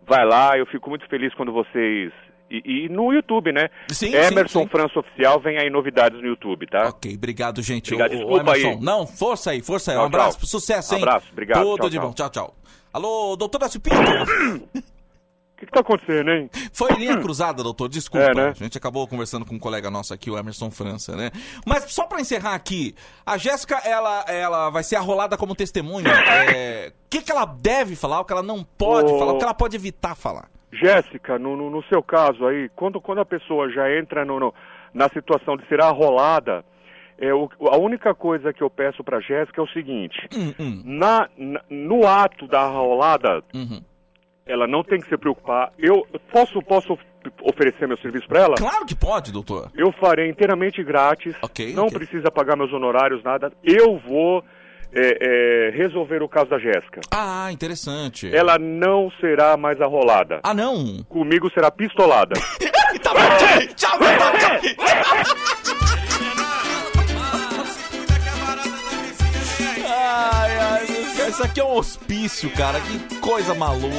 [SPEAKER 12] Vai lá, eu fico muito feliz quando vocês. E, e no YouTube, né?
[SPEAKER 3] Sim, sim,
[SPEAKER 12] Emerson
[SPEAKER 3] sim.
[SPEAKER 12] França Oficial, vem aí novidades no YouTube, tá?
[SPEAKER 3] Ok, obrigado, gente.
[SPEAKER 12] Obrigado,
[SPEAKER 3] Ô, ô,
[SPEAKER 12] desculpa
[SPEAKER 3] Emerson.
[SPEAKER 12] aí.
[SPEAKER 3] Não, força aí, força aí.
[SPEAKER 12] Tchau,
[SPEAKER 3] um abraço,
[SPEAKER 12] tchau.
[SPEAKER 3] sucesso, hein?
[SPEAKER 12] Abraço, obrigado,
[SPEAKER 3] Tudo
[SPEAKER 12] tchau,
[SPEAKER 3] de
[SPEAKER 12] tchau.
[SPEAKER 3] bom, tchau, tchau. Alô, doutor Décio Pinto.
[SPEAKER 12] O que, que tá acontecendo, hein?
[SPEAKER 3] Foi linha cruzada, doutor, desculpa.
[SPEAKER 12] Hum. É, né?
[SPEAKER 3] A gente acabou conversando com um colega nosso aqui, o Emerson França, né? Mas só pra encerrar aqui, a Jéssica, ela, ela vai ser arrolada como
[SPEAKER 12] *laughs*
[SPEAKER 3] testemunha. É, O que, que ela deve falar, o que ela não pode
[SPEAKER 12] Ô.
[SPEAKER 3] falar, o que ela pode evitar falar?
[SPEAKER 12] Jéssica, no, no- no seu caso aí, quando, quando a pessoa já entra no- no- na situação de ser arrolada, é, o- a única coisa que eu peço pra Jéssica é o seguinte: na- na- no ato da arrolada, ela não tem que se preocupar. Eu posso, posso of- oferecer meu serviço pra ela?
[SPEAKER 3] Claro que pode, doutor.
[SPEAKER 12] Eu farei inteiramente grátis. não precisa pagar meus honorários, nada. Eu vou é, é, resolver o caso da Jéssica.
[SPEAKER 3] Ah, interessante.
[SPEAKER 12] Ela não será mais arrolada.
[SPEAKER 3] Ah, não?
[SPEAKER 12] Comigo será pistolada.
[SPEAKER 3] Tchau, tchau, Ai, ai, isso aqui é um hospício, cara. Que coisa maluca.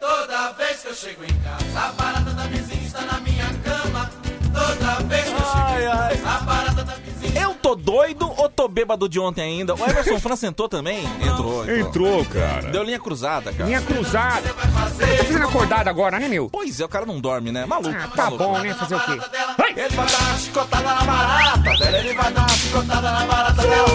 [SPEAKER 11] Toda vez que eu chego em casa, a barata da vizinha está na minha cama. Toda vez que eu chego em casa, a barata da vizinha.
[SPEAKER 3] Eu tô doido ou tô bêbado de ontem ainda? O Emerson França entrou também? Entrou.
[SPEAKER 5] Entrou, cara.
[SPEAKER 3] Deu linha cruzada, cara.
[SPEAKER 6] Minha cruzada. Eu tô precisando acordado agora, né, meu?
[SPEAKER 3] Pois é, o cara não dorme, né? Maluco.
[SPEAKER 6] Ah, tá
[SPEAKER 3] maluco.
[SPEAKER 6] bom, né? Fazer o quê?
[SPEAKER 11] Ele vai dar uma chicotada na barata dela, ele vai dar uma chicotada na barata dela. Ele vai dar uma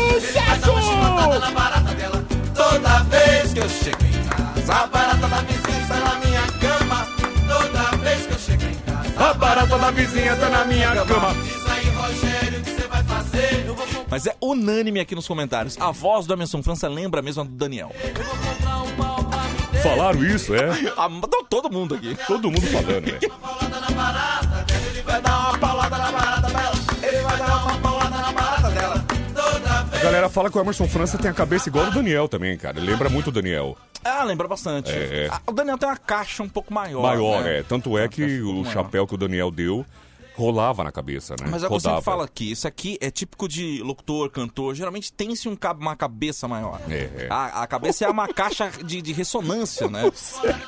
[SPEAKER 11] chicotada na barata dela. Toda vez que eu chego em casa, a barata da vizinha está na minha cama. Toda vez que eu chego em casa, a barata da vizinha
[SPEAKER 3] tá
[SPEAKER 11] está na minha cama. Diz aí, Rogério, o que você vai fazer? Eu vou
[SPEAKER 3] Mas é unânime aqui nos comentários. A voz do Emerson França lembra mesmo a do Daniel.
[SPEAKER 11] comprar um pau pra mim.
[SPEAKER 5] Falaram isso, é?
[SPEAKER 3] Ah, não, todo mundo aqui.
[SPEAKER 5] Todo mundo falando, velho.
[SPEAKER 11] Ele vai dar uma paulada na barata dela. Ele vai dar uma paulada na barata dela. Toda
[SPEAKER 5] A galera fala que o Emerson França tem a cabeça igual ao do Daniel também, cara. Lembra muito o Daniel.
[SPEAKER 3] Ah, lembra bastante.
[SPEAKER 5] É, é.
[SPEAKER 3] Ah, O Daniel tem uma caixa um pouco maior.
[SPEAKER 5] Maior,
[SPEAKER 3] né?
[SPEAKER 5] é. Tanto é que o chapéu que o Daniel deu rolava na cabeça, né?
[SPEAKER 3] Mas é o que eu
[SPEAKER 5] Rodava.
[SPEAKER 3] sempre falo aqui, isso aqui é típico de locutor, cantor, geralmente tem-se um cab- uma cabeça maior.
[SPEAKER 5] É, é.
[SPEAKER 3] A, a cabeça é uma caixa de, de ressonância, né?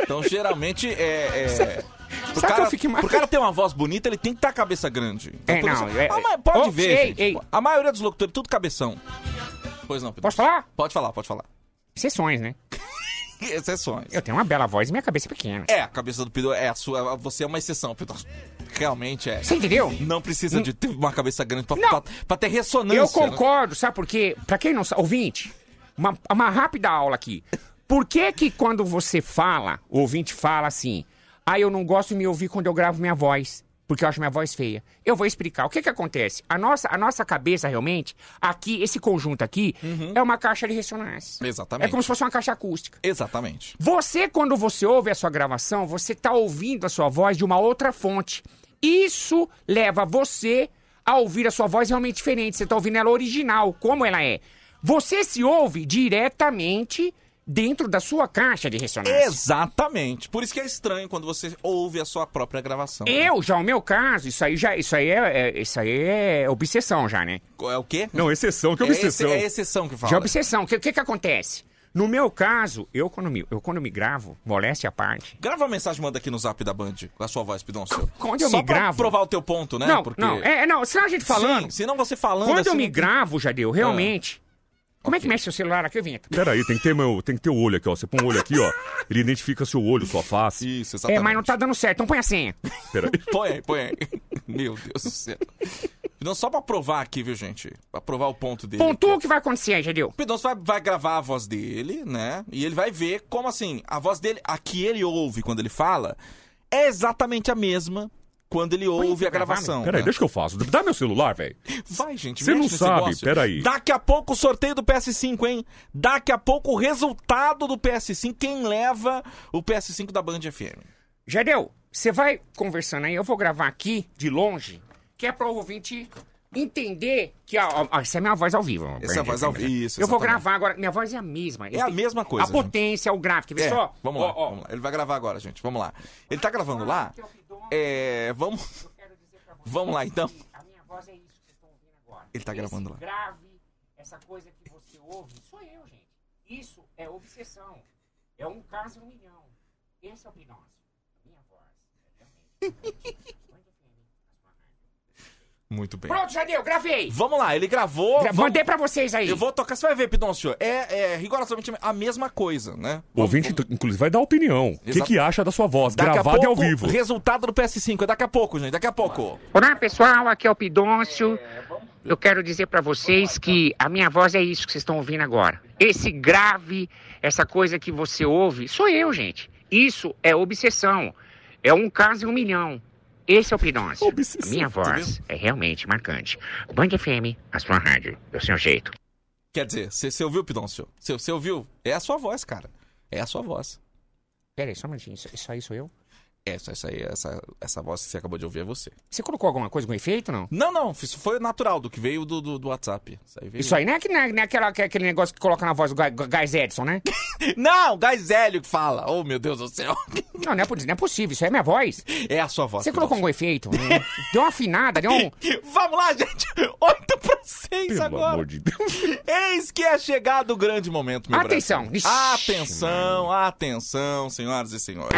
[SPEAKER 3] Então geralmente é. é... Pro
[SPEAKER 6] Sabe que
[SPEAKER 3] cara,
[SPEAKER 6] eu fiquei mais-
[SPEAKER 3] pro cara ter uma voz bonita, ele tem que ter a cabeça grande. Então,
[SPEAKER 6] É,
[SPEAKER 3] por
[SPEAKER 6] não,
[SPEAKER 3] isso-
[SPEAKER 6] é-
[SPEAKER 3] Ah, mas pode
[SPEAKER 6] Ops,
[SPEAKER 3] ver,
[SPEAKER 6] ei,
[SPEAKER 3] gente. tipo,
[SPEAKER 6] ei.
[SPEAKER 3] A maioria dos locutores, tudo cabeção. Pois não, Pedro.
[SPEAKER 6] Posso falar?
[SPEAKER 3] Pode falar, pode falar. *laughs*
[SPEAKER 6] Exceções, né?
[SPEAKER 3] Exceções.
[SPEAKER 6] Eu tenho uma bela voz e minha cabeça é pequena.
[SPEAKER 3] É, a cabeça do Pedro é a sua. Você é uma exceção, Pedro. Realmente é.
[SPEAKER 6] Você entendeu?
[SPEAKER 3] Não precisa de ter uma cabeça grande pra, pra, pra ter ressonância.
[SPEAKER 6] Hum. Eu
[SPEAKER 3] né?
[SPEAKER 6] concordo, sabe por quê? Pra quem não sabe, ouvinte, uma, uma rápida aula aqui. Por que que quando você fala, o ouvinte fala assim, ah, eu não gosto de me ouvir quando eu gravo minha voz, porque eu acho minha voz feia. Eu vou explicar. O que que acontece? A nossa, a nossa cabeça, realmente, aqui, esse conjunto aqui, é uma caixa de ressonância.
[SPEAKER 3] Exatamente.
[SPEAKER 6] É como se fosse uma caixa acústica.
[SPEAKER 3] Exatamente.
[SPEAKER 6] Você, quando você ouve a sua gravação, você está ouvindo a sua voz de uma outra fonte. Isso leva você a ouvir a sua voz realmente tá diferente. Você está ouvindo ela original, como ela é. Você se ouve diretamente dentro da sua caixa de ressonância.
[SPEAKER 3] Exatamente. Por isso que é estranho quando você ouve a sua própria gravação.
[SPEAKER 6] Eu, já o meu caso, isso aí já, isso aí é, é- isso aí é obsessão já, né?
[SPEAKER 3] É o quê?
[SPEAKER 5] Não, exceção, que obsessão?
[SPEAKER 3] É, exceção que fala.
[SPEAKER 6] Já é obsessão. O que, que que acontece? No meu caso, eu quando me, eu quando me gravo, moléstia à parte.
[SPEAKER 3] Grava uma mensagem, manda aqui no zap da Band, com a sua voz, Pidoncio.
[SPEAKER 6] Quando eu
[SPEAKER 3] Só
[SPEAKER 6] me
[SPEAKER 3] pra
[SPEAKER 6] gravo-
[SPEAKER 3] provar o teu ponto, né?
[SPEAKER 6] Não,
[SPEAKER 3] Porque-
[SPEAKER 6] não, é, é, não, senão a gente falando.
[SPEAKER 3] Sim, senão você falando
[SPEAKER 6] Quando
[SPEAKER 3] assim,
[SPEAKER 6] eu me
[SPEAKER 3] não-
[SPEAKER 6] gravo, já
[SPEAKER 3] Ah.
[SPEAKER 6] deu, realmente. Como é que mexe seu celular aqui, Vinheta?
[SPEAKER 5] Peraí, tem que, ter meu, tem que ter o olho aqui, ó. Você põe o olho aqui, ó. Ele identifica seu olho, sua face.
[SPEAKER 3] Isso,
[SPEAKER 6] É, mas não tá dando certo, então põe a senha.
[SPEAKER 5] Peraí.
[SPEAKER 3] Põe aí, põe aí. *laughs* Meu Deus do céu. Pidoncio, só pra provar aqui, viu, gente? Pra provar o ponto dele.
[SPEAKER 6] Pontua o que vai acontecer aí, Jadeu.
[SPEAKER 3] O Pidoncio vai, vai gravar a voz dele, né? E ele vai ver como assim, a voz dele, a que ele ouve quando ele fala, é exatamente a mesma quando ele ouve a gravação.
[SPEAKER 5] Peraí,
[SPEAKER 3] né?
[SPEAKER 5] deixa que eu faço. Dá meu celular, velho.
[SPEAKER 3] Vai, gente.
[SPEAKER 5] Você
[SPEAKER 3] mexe
[SPEAKER 5] não
[SPEAKER 3] nesse
[SPEAKER 5] sabe,
[SPEAKER 3] negócio.
[SPEAKER 5] peraí.
[SPEAKER 3] Daqui a pouco o sorteio do PS5, hein? Daqui a pouco o resultado do PS5. Quem leva o PS5 da Band FM?
[SPEAKER 6] Jadeu, você vai conversando aí, eu vou gravar aqui, de longe, que é para o ouvinte entender que a, a- essa é minha voz ao vivo. tá
[SPEAKER 3] Essa é a voz ao vivo, isso,
[SPEAKER 6] Eu vou
[SPEAKER 3] exatamente.
[SPEAKER 6] gravar agora, minha voz é a mesma.
[SPEAKER 3] É a mesma coisa,
[SPEAKER 6] A potência, o gráfico, quer ver
[SPEAKER 3] É,
[SPEAKER 6] só?
[SPEAKER 3] Vamos
[SPEAKER 6] Ó, Ah,
[SPEAKER 3] lá,
[SPEAKER 6] ó.
[SPEAKER 3] vamos lá. Ele vai gravar agora, gente. Vamos lá. Ele tá gravando lá? É. Vamos. Vamos lá, então.
[SPEAKER 6] A minha voz é isso que vocês estão ouvindo agora.
[SPEAKER 3] Ele tá gravando lá.
[SPEAKER 6] Esse grave, essa coisa que você ouve, sou eu, gente. Isso é obsessão. É um caso em um milhão. Esse é o Pinóquio. Minha voz. é
[SPEAKER 3] *laughs* Muito bem.
[SPEAKER 6] Pronto, já deu, gravei.
[SPEAKER 3] Vamos lá, ele gravou.
[SPEAKER 6] Gra-
[SPEAKER 3] vamos-
[SPEAKER 6] Mandei pra vocês aí.
[SPEAKER 3] Eu vou tocar, você vai ver, Pidoncio. É, é rigorosamente a mesma coisa, né?
[SPEAKER 5] O ouvinte, inclusive, vai dar opinião. O que,
[SPEAKER 3] Exato.
[SPEAKER 5] que acha da sua voz,
[SPEAKER 3] Daqui a
[SPEAKER 5] gravada e ao
[SPEAKER 3] pouco,
[SPEAKER 5] vivo.
[SPEAKER 3] Resultado do PS5. É daqui a pouco, gente. Daqui a pouco.
[SPEAKER 6] Olá pessoal, aqui é o Pidôncio. Eu quero dizer pra vocês que a minha voz é isso que vocês estão ouvindo agora. Esse grave, essa coisa que você ouve, sou eu, gente. Isso é obsessão. É um caso em um milhão. Esse é o Pidôncio. A minha voz é realmente marcante. Band FM, a sua rádio, do seu jeito.
[SPEAKER 3] Quer dizer, você você ouviu, Pidoncio? Você você ouviu? É a sua voz, cara. É a sua voz.
[SPEAKER 6] Peraí, só um minutinho. Isso, isso aí sou eu?
[SPEAKER 3] Essa, essa aí, essa, essa voz que você acabou de ouvir é você.
[SPEAKER 6] Você colocou alguma coisa com efeito, não?
[SPEAKER 3] Não, não, isso foi natural, do que veio do, do, do WhatsApp. Isso aí, veio...
[SPEAKER 6] Isso aí não é, que, não é- não é aquela- que- aquele negócio que coloca na voz do Ga- Ga- Gás Edson, né?
[SPEAKER 3] Não, gás hélio que fala. Oh, meu Deus do céu. *laughs*
[SPEAKER 6] Não, não é, possível, não é possível. Isso aí é minha voz.
[SPEAKER 3] É a sua voz.
[SPEAKER 6] Você colocou algum efeito? né?
[SPEAKER 3] *laughs*
[SPEAKER 6] deu uma afinada, deu um.
[SPEAKER 3] Vamos lá, gente. *laughs* 8 pra 6
[SPEAKER 6] Pelo
[SPEAKER 3] agora.
[SPEAKER 6] amor de
[SPEAKER 3] Eis que é chegado o grande momento, meu
[SPEAKER 6] Atenção.
[SPEAKER 3] Brasil.
[SPEAKER 6] Ixi,
[SPEAKER 3] Atenção, atenção, senhoras e senhores.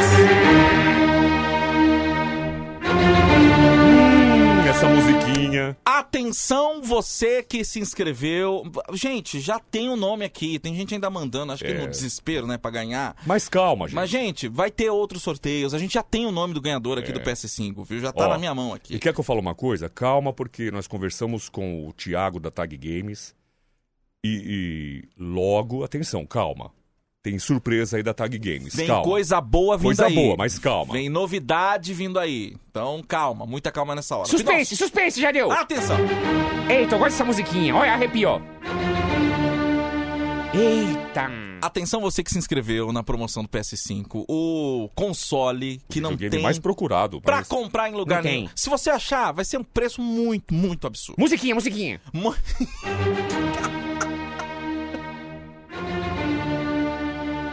[SPEAKER 5] Essa musiquinha.
[SPEAKER 3] Atenção, você que se inscreveu. Gente, já tem o nome aqui. Tem gente ainda mandando, acho que
[SPEAKER 5] É.
[SPEAKER 3] no desespero, né, pra ganhar.
[SPEAKER 5] Mas calma, gente.
[SPEAKER 3] Mas, gente, vai ter outros sorteios. A gente já tem o nome do ganhador aqui do PS5, viu? Já tá
[SPEAKER 5] É. Ó,
[SPEAKER 3] na minha mão aqui.
[SPEAKER 5] E quer que eu fale uma coisa? Calma, porque nós conversamos com o Thiago da Tag Games. E, e logo, atenção, calma. Tem surpresa aí da Tag Games.
[SPEAKER 3] Vem
[SPEAKER 5] calma.
[SPEAKER 3] coisa boa vindo
[SPEAKER 5] Coisa
[SPEAKER 3] aí.
[SPEAKER 5] boa, mas calma.
[SPEAKER 3] Vem novidade vindo aí. Então, calma, muita calma nessa hora.
[SPEAKER 6] Suspense,
[SPEAKER 3] Pidoncio,
[SPEAKER 6] suspense, já deu.
[SPEAKER 3] Atenção.
[SPEAKER 6] Eita, eu gosto dessa musiquinha. Olha, arrepiou. Eita.
[SPEAKER 3] Atenção você que se inscreveu na promoção do PS5, o console que não
[SPEAKER 5] videogame
[SPEAKER 3] tem
[SPEAKER 5] mais procurado.
[SPEAKER 3] pra
[SPEAKER 5] parece.
[SPEAKER 3] comprar em lugar
[SPEAKER 6] Não tem.
[SPEAKER 3] nenhum. Se você achar, vai ser um preço muito, muito absurdo.
[SPEAKER 6] Musiquinha, musiquinha.
[SPEAKER 3] Mu-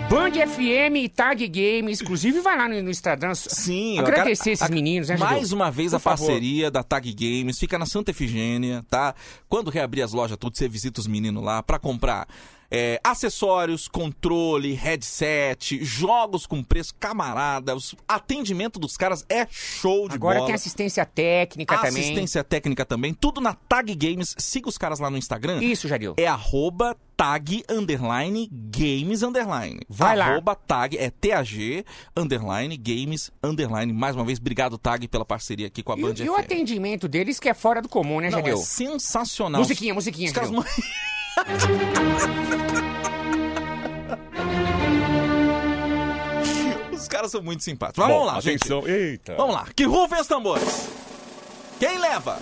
[SPEAKER 6] Band FM e Tag Games. Inclusive, vai lá no, no Instagram.
[SPEAKER 3] Sim, eu
[SPEAKER 6] Agradecer
[SPEAKER 3] quero-
[SPEAKER 6] esses
[SPEAKER 3] a-
[SPEAKER 6] meninos, né, Jadeu?
[SPEAKER 3] Mais uma vez
[SPEAKER 6] Por
[SPEAKER 3] a
[SPEAKER 6] favor.
[SPEAKER 3] parceria da Tag Games, fica na Santa Efigênia, tá? Quando reabrir as lojas tudo, você visita os meninos lá pra comprar é, acessórios, controle, headset, jogos com preço camarada. O atendimento dos caras é show de
[SPEAKER 6] Agora
[SPEAKER 3] bola.
[SPEAKER 6] tem assistência técnica também.
[SPEAKER 3] Assistência técnica também, tudo na Tag Games. Siga os caras lá no Instagram.
[SPEAKER 6] Isso, Jadil.
[SPEAKER 3] É arroba tag underline games underline.
[SPEAKER 6] Vai lá.
[SPEAKER 3] Arroba tag, é TAG underline games underline. Mais uma vez, obrigado tag pela parceria aqui com a É, Band
[SPEAKER 6] E, e o
[SPEAKER 3] FM.
[SPEAKER 6] atendimento deles que é fora do comum, né,
[SPEAKER 3] Não,
[SPEAKER 6] Jadil?
[SPEAKER 3] é sensacional.
[SPEAKER 6] Musiquinha, musiquinha,
[SPEAKER 3] Os caras
[SPEAKER 6] Jadil.
[SPEAKER 3] *laughs* Os caras são muito simpáticos. Mas
[SPEAKER 5] Bom,
[SPEAKER 3] vamos lá,
[SPEAKER 5] atenção.
[SPEAKER 3] gente.
[SPEAKER 5] Eita.
[SPEAKER 3] Vamos lá. Que rufem os tambores. Quem leva?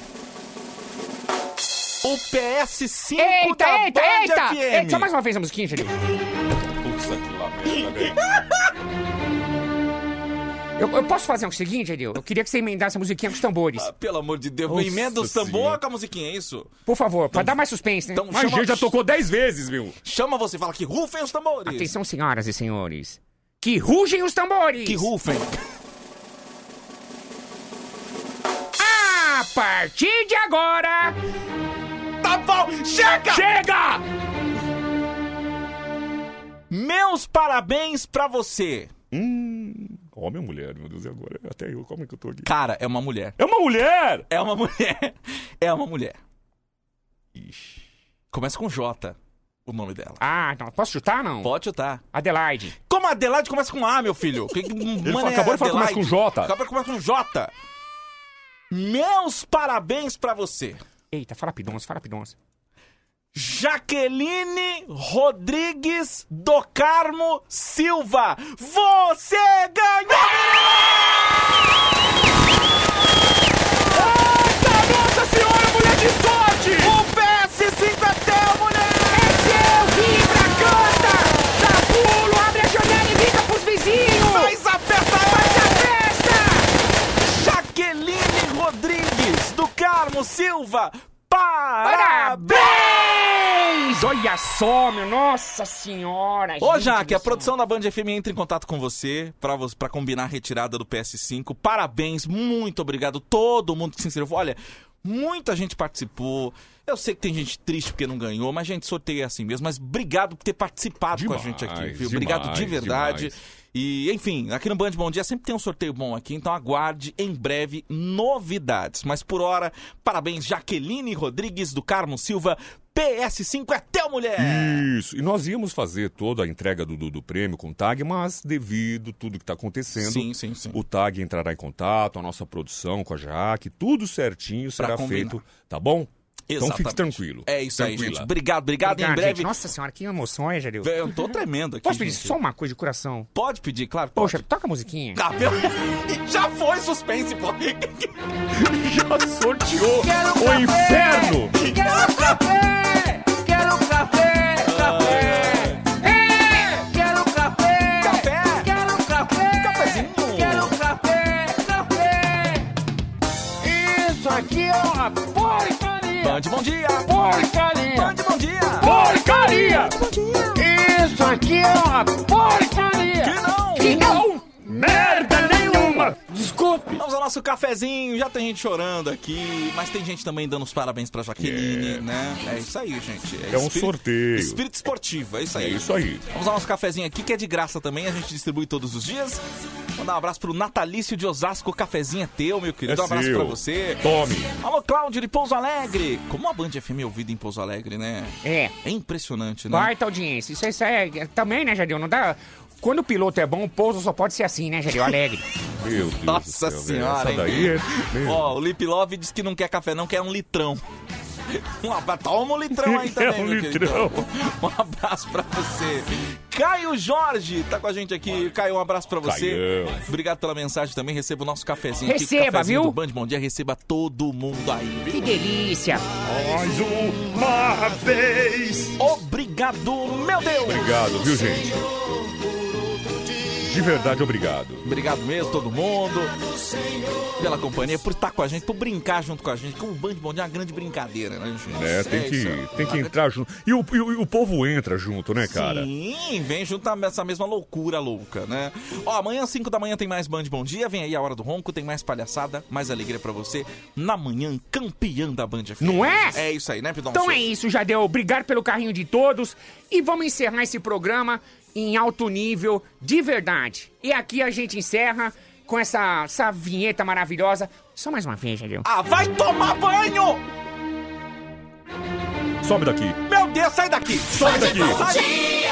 [SPEAKER 3] O PS5
[SPEAKER 6] Eita,
[SPEAKER 3] da
[SPEAKER 6] eita,
[SPEAKER 3] Band
[SPEAKER 6] eita!
[SPEAKER 3] FM.
[SPEAKER 6] Eita, Só mais uma vez a musiquinha, Jadil.
[SPEAKER 5] Puxa, que lá merda, velho.
[SPEAKER 6] Eu, eu posso fazer o seguinte, Edil? Eu queria que você emendasse a musiquinha com os tambores.
[SPEAKER 3] Ah, Pelo amor de Deus,
[SPEAKER 6] Nossa
[SPEAKER 3] emenda os tambor com a musiquinha, é isso?
[SPEAKER 6] Por favor, pra dar mais suspense, né?
[SPEAKER 3] então Mas, chama- gente, já
[SPEAKER 6] tocou 10 vezes, viu?
[SPEAKER 3] Chama você, fala que rufem os tambores.
[SPEAKER 6] Atenção, senhoras e senhores. Que rugem os tambores! Que
[SPEAKER 3] rufem!
[SPEAKER 6] A partir de agora...
[SPEAKER 3] Tá bom! Chega!
[SPEAKER 6] Chega!
[SPEAKER 3] Meus parabéns pra você.
[SPEAKER 5] Homem ou mulher, meu Deus, e agora? Até eu, como é que eu tô aqui?
[SPEAKER 3] Cara, é uma mulher.
[SPEAKER 5] É uma mulher!
[SPEAKER 3] É uma *laughs* mulher. É uma mulher. Começa com J, o nome dela.
[SPEAKER 6] Ah, então posso chutar, não?
[SPEAKER 3] Pode chutar.
[SPEAKER 6] Adelaide.
[SPEAKER 3] Como Adelaide começa com A, meu filho? Que,
[SPEAKER 5] *laughs*
[SPEAKER 3] que Ele
[SPEAKER 5] fa- acabou de falar que começa com J.
[SPEAKER 3] Acabou de começar com J. Meus parabéns pra você.
[SPEAKER 6] Eita, fala pidons, fala pidons.
[SPEAKER 3] Jaqueline Rodrigues do Carmo Silva. Você ganhou!
[SPEAKER 11] Nossa senhora, mulher de sorte! O PS5 até o mulher! É seu, vibra, canta! Dá pulo, abre a janela e grita pros vizinhos! Faz a festa! Faz a festa!
[SPEAKER 3] Jaqueline Rodrigues do Carmo Silva. Parabéns!
[SPEAKER 6] Olha só, meu, nossa senhora!
[SPEAKER 3] Ô,
[SPEAKER 6] gente
[SPEAKER 3] Jaque, a
[SPEAKER 6] do céu.
[SPEAKER 3] produção da Band FM entra em contato com você pra, vo- pra combinar a retirada do PS5. Parabéns, muito obrigado todo mundo que se inscreveu. Olha, muita gente participou. Eu sei que tem gente triste porque não ganhou, mas gente, sorteio é assim mesmo. Mas obrigado por ter participado com a gente aqui, viu?
[SPEAKER 5] demais,
[SPEAKER 3] Obrigado de verdade.
[SPEAKER 5] demais.
[SPEAKER 3] E, enfim, aqui no Band Bom Dia sempre tem um sorteio bom aqui, então aguarde em breve novidades. Mas por hora, parabéns, Jaqueline Rodrigues do Carmo Silva, PS5 é teu mulher!
[SPEAKER 5] Isso. E nós íamos fazer toda a entrega do, do, do prêmio com o TAG, mas devido tudo que está acontecendo,
[SPEAKER 3] Sim, sim, sim.
[SPEAKER 5] o TAG entrará em contato, a nossa produção com a Jaque, tudo certinho será
[SPEAKER 3] combinar.
[SPEAKER 5] feito, tá bom? Então fique
[SPEAKER 3] Exatamente.
[SPEAKER 5] tranquilo.
[SPEAKER 3] É isso aí,
[SPEAKER 5] Tranquila.
[SPEAKER 3] gente. Obrigado, obrigado. tá em
[SPEAKER 6] Obrigado,
[SPEAKER 3] breve.
[SPEAKER 6] gente. Nossa senhora, que emoção, hein, Jadil?
[SPEAKER 3] Véi, Eu tô tremendo aqui.
[SPEAKER 6] Posso pedir
[SPEAKER 3] gente.
[SPEAKER 6] só uma coisa de coração?
[SPEAKER 3] Pode pedir, claro.
[SPEAKER 6] Poxa, toca a musiquinha.
[SPEAKER 3] Ah, pelo- *laughs* Já foi suspense, pô.
[SPEAKER 5] Já sorteou
[SPEAKER 11] Quero
[SPEAKER 5] o
[SPEAKER 11] café!
[SPEAKER 5] inferno!
[SPEAKER 11] Quero café! Quero café! Café! É! Quero café! Café! Quero café! Cafezinho! Quero café! Café! Isso aqui é uma porcaria!
[SPEAKER 3] Band, bom dia!
[SPEAKER 11] Porcaria!
[SPEAKER 3] Band, bom dia!
[SPEAKER 11] Porcaria! Isso aqui é uma porcaria!
[SPEAKER 3] Que não!
[SPEAKER 11] Que não!
[SPEAKER 3] Merda nenhuma! Desculpe! Vamos ao nosso cafezinho, já tem gente chorando aqui, mas tem gente também dando os parabéns pra Jaqueline, né? É isso aí, gente.
[SPEAKER 5] É um sorteio.
[SPEAKER 3] Espírito esportivo, é isso aí.
[SPEAKER 5] É isso aí.
[SPEAKER 3] Vamos ao nosso cafezinho aqui, que é de graça também, a gente distribui todos os dias. Mandar um abraço pro Natalício de Osasco, o cafezinho é teu, meu querido.
[SPEAKER 5] É
[SPEAKER 3] um abraço
[SPEAKER 5] seu.
[SPEAKER 3] pra você.
[SPEAKER 5] Tome.
[SPEAKER 3] Alô, Cláudio de Pouso Alegre! Como a Band FM é ouvida em Pouso Alegre, né?
[SPEAKER 6] É.
[SPEAKER 3] É impressionante, né?
[SPEAKER 6] Quarta audiência. Isso, isso é, é- também, né, Jadil? Não dá... Quando o piloto é bom, o pouso só pode ser assim, né, Jadil? Alegre.
[SPEAKER 5] Meu Deus
[SPEAKER 3] Nossa
[SPEAKER 5] do céu, velho.
[SPEAKER 3] senhora,
[SPEAKER 5] Essa daí
[SPEAKER 3] hein?
[SPEAKER 5] é... Meu.
[SPEAKER 3] Ó, o Lip Love diz que não quer café, não, quer um litrão. *laughs* Um abraço, toma um litrão aí também,
[SPEAKER 5] É um
[SPEAKER 3] meu querido.
[SPEAKER 5] litrão.
[SPEAKER 3] *laughs* Um abraço pra você. Caio Jorge tá com a gente aqui. Caio, um abraço pra você.
[SPEAKER 5] Caião.
[SPEAKER 3] Obrigado pela mensagem também. Receba o nosso cafezinho aqui.
[SPEAKER 6] Receba,
[SPEAKER 3] cafezinho
[SPEAKER 6] viu?
[SPEAKER 3] Do Band Bom Dia, receba todo mundo aí.
[SPEAKER 6] Que delícia.
[SPEAKER 5] Mais uma vez.
[SPEAKER 3] Obrigado, meu Deus.
[SPEAKER 5] Obrigado, viu, gente? De verdade, obrigado.
[SPEAKER 3] Obrigado mesmo, todo mundo, pela companhia, por estar com a gente, por brincar junto com a gente. Como o Band Bom Dia é uma grande brincadeira, né, gente?
[SPEAKER 5] É, tem
[SPEAKER 3] É
[SPEAKER 5] que,
[SPEAKER 3] isso.
[SPEAKER 5] tem que entrar junto. E o, e o- e o povo entra junto, né, cara?
[SPEAKER 3] Sim, vem junto essa mesma loucura louca, né? Ó, amanhã às 5 da manhã tem mais Band Bom Dia, vem aí a Hora do Ronco, tem mais palhaçada, mais alegria pra você. Na manhã, campeã da Band FM.
[SPEAKER 6] Não é?
[SPEAKER 3] É isso aí, né, Pidão?
[SPEAKER 6] Então é isso, Jadeu. Obrigado pelo carrinho de todos. E vamos encerrar esse programa em alto nível, de verdade. E aqui a gente encerra com essa, essa vinheta maravilhosa. Só mais uma vez, Jadeu.
[SPEAKER 3] Ah, vai tomar banho!
[SPEAKER 5] Some daqui.
[SPEAKER 3] Meu Deus, sai daqui! é
[SPEAKER 5] Some daqui.
[SPEAKER 3] Sai!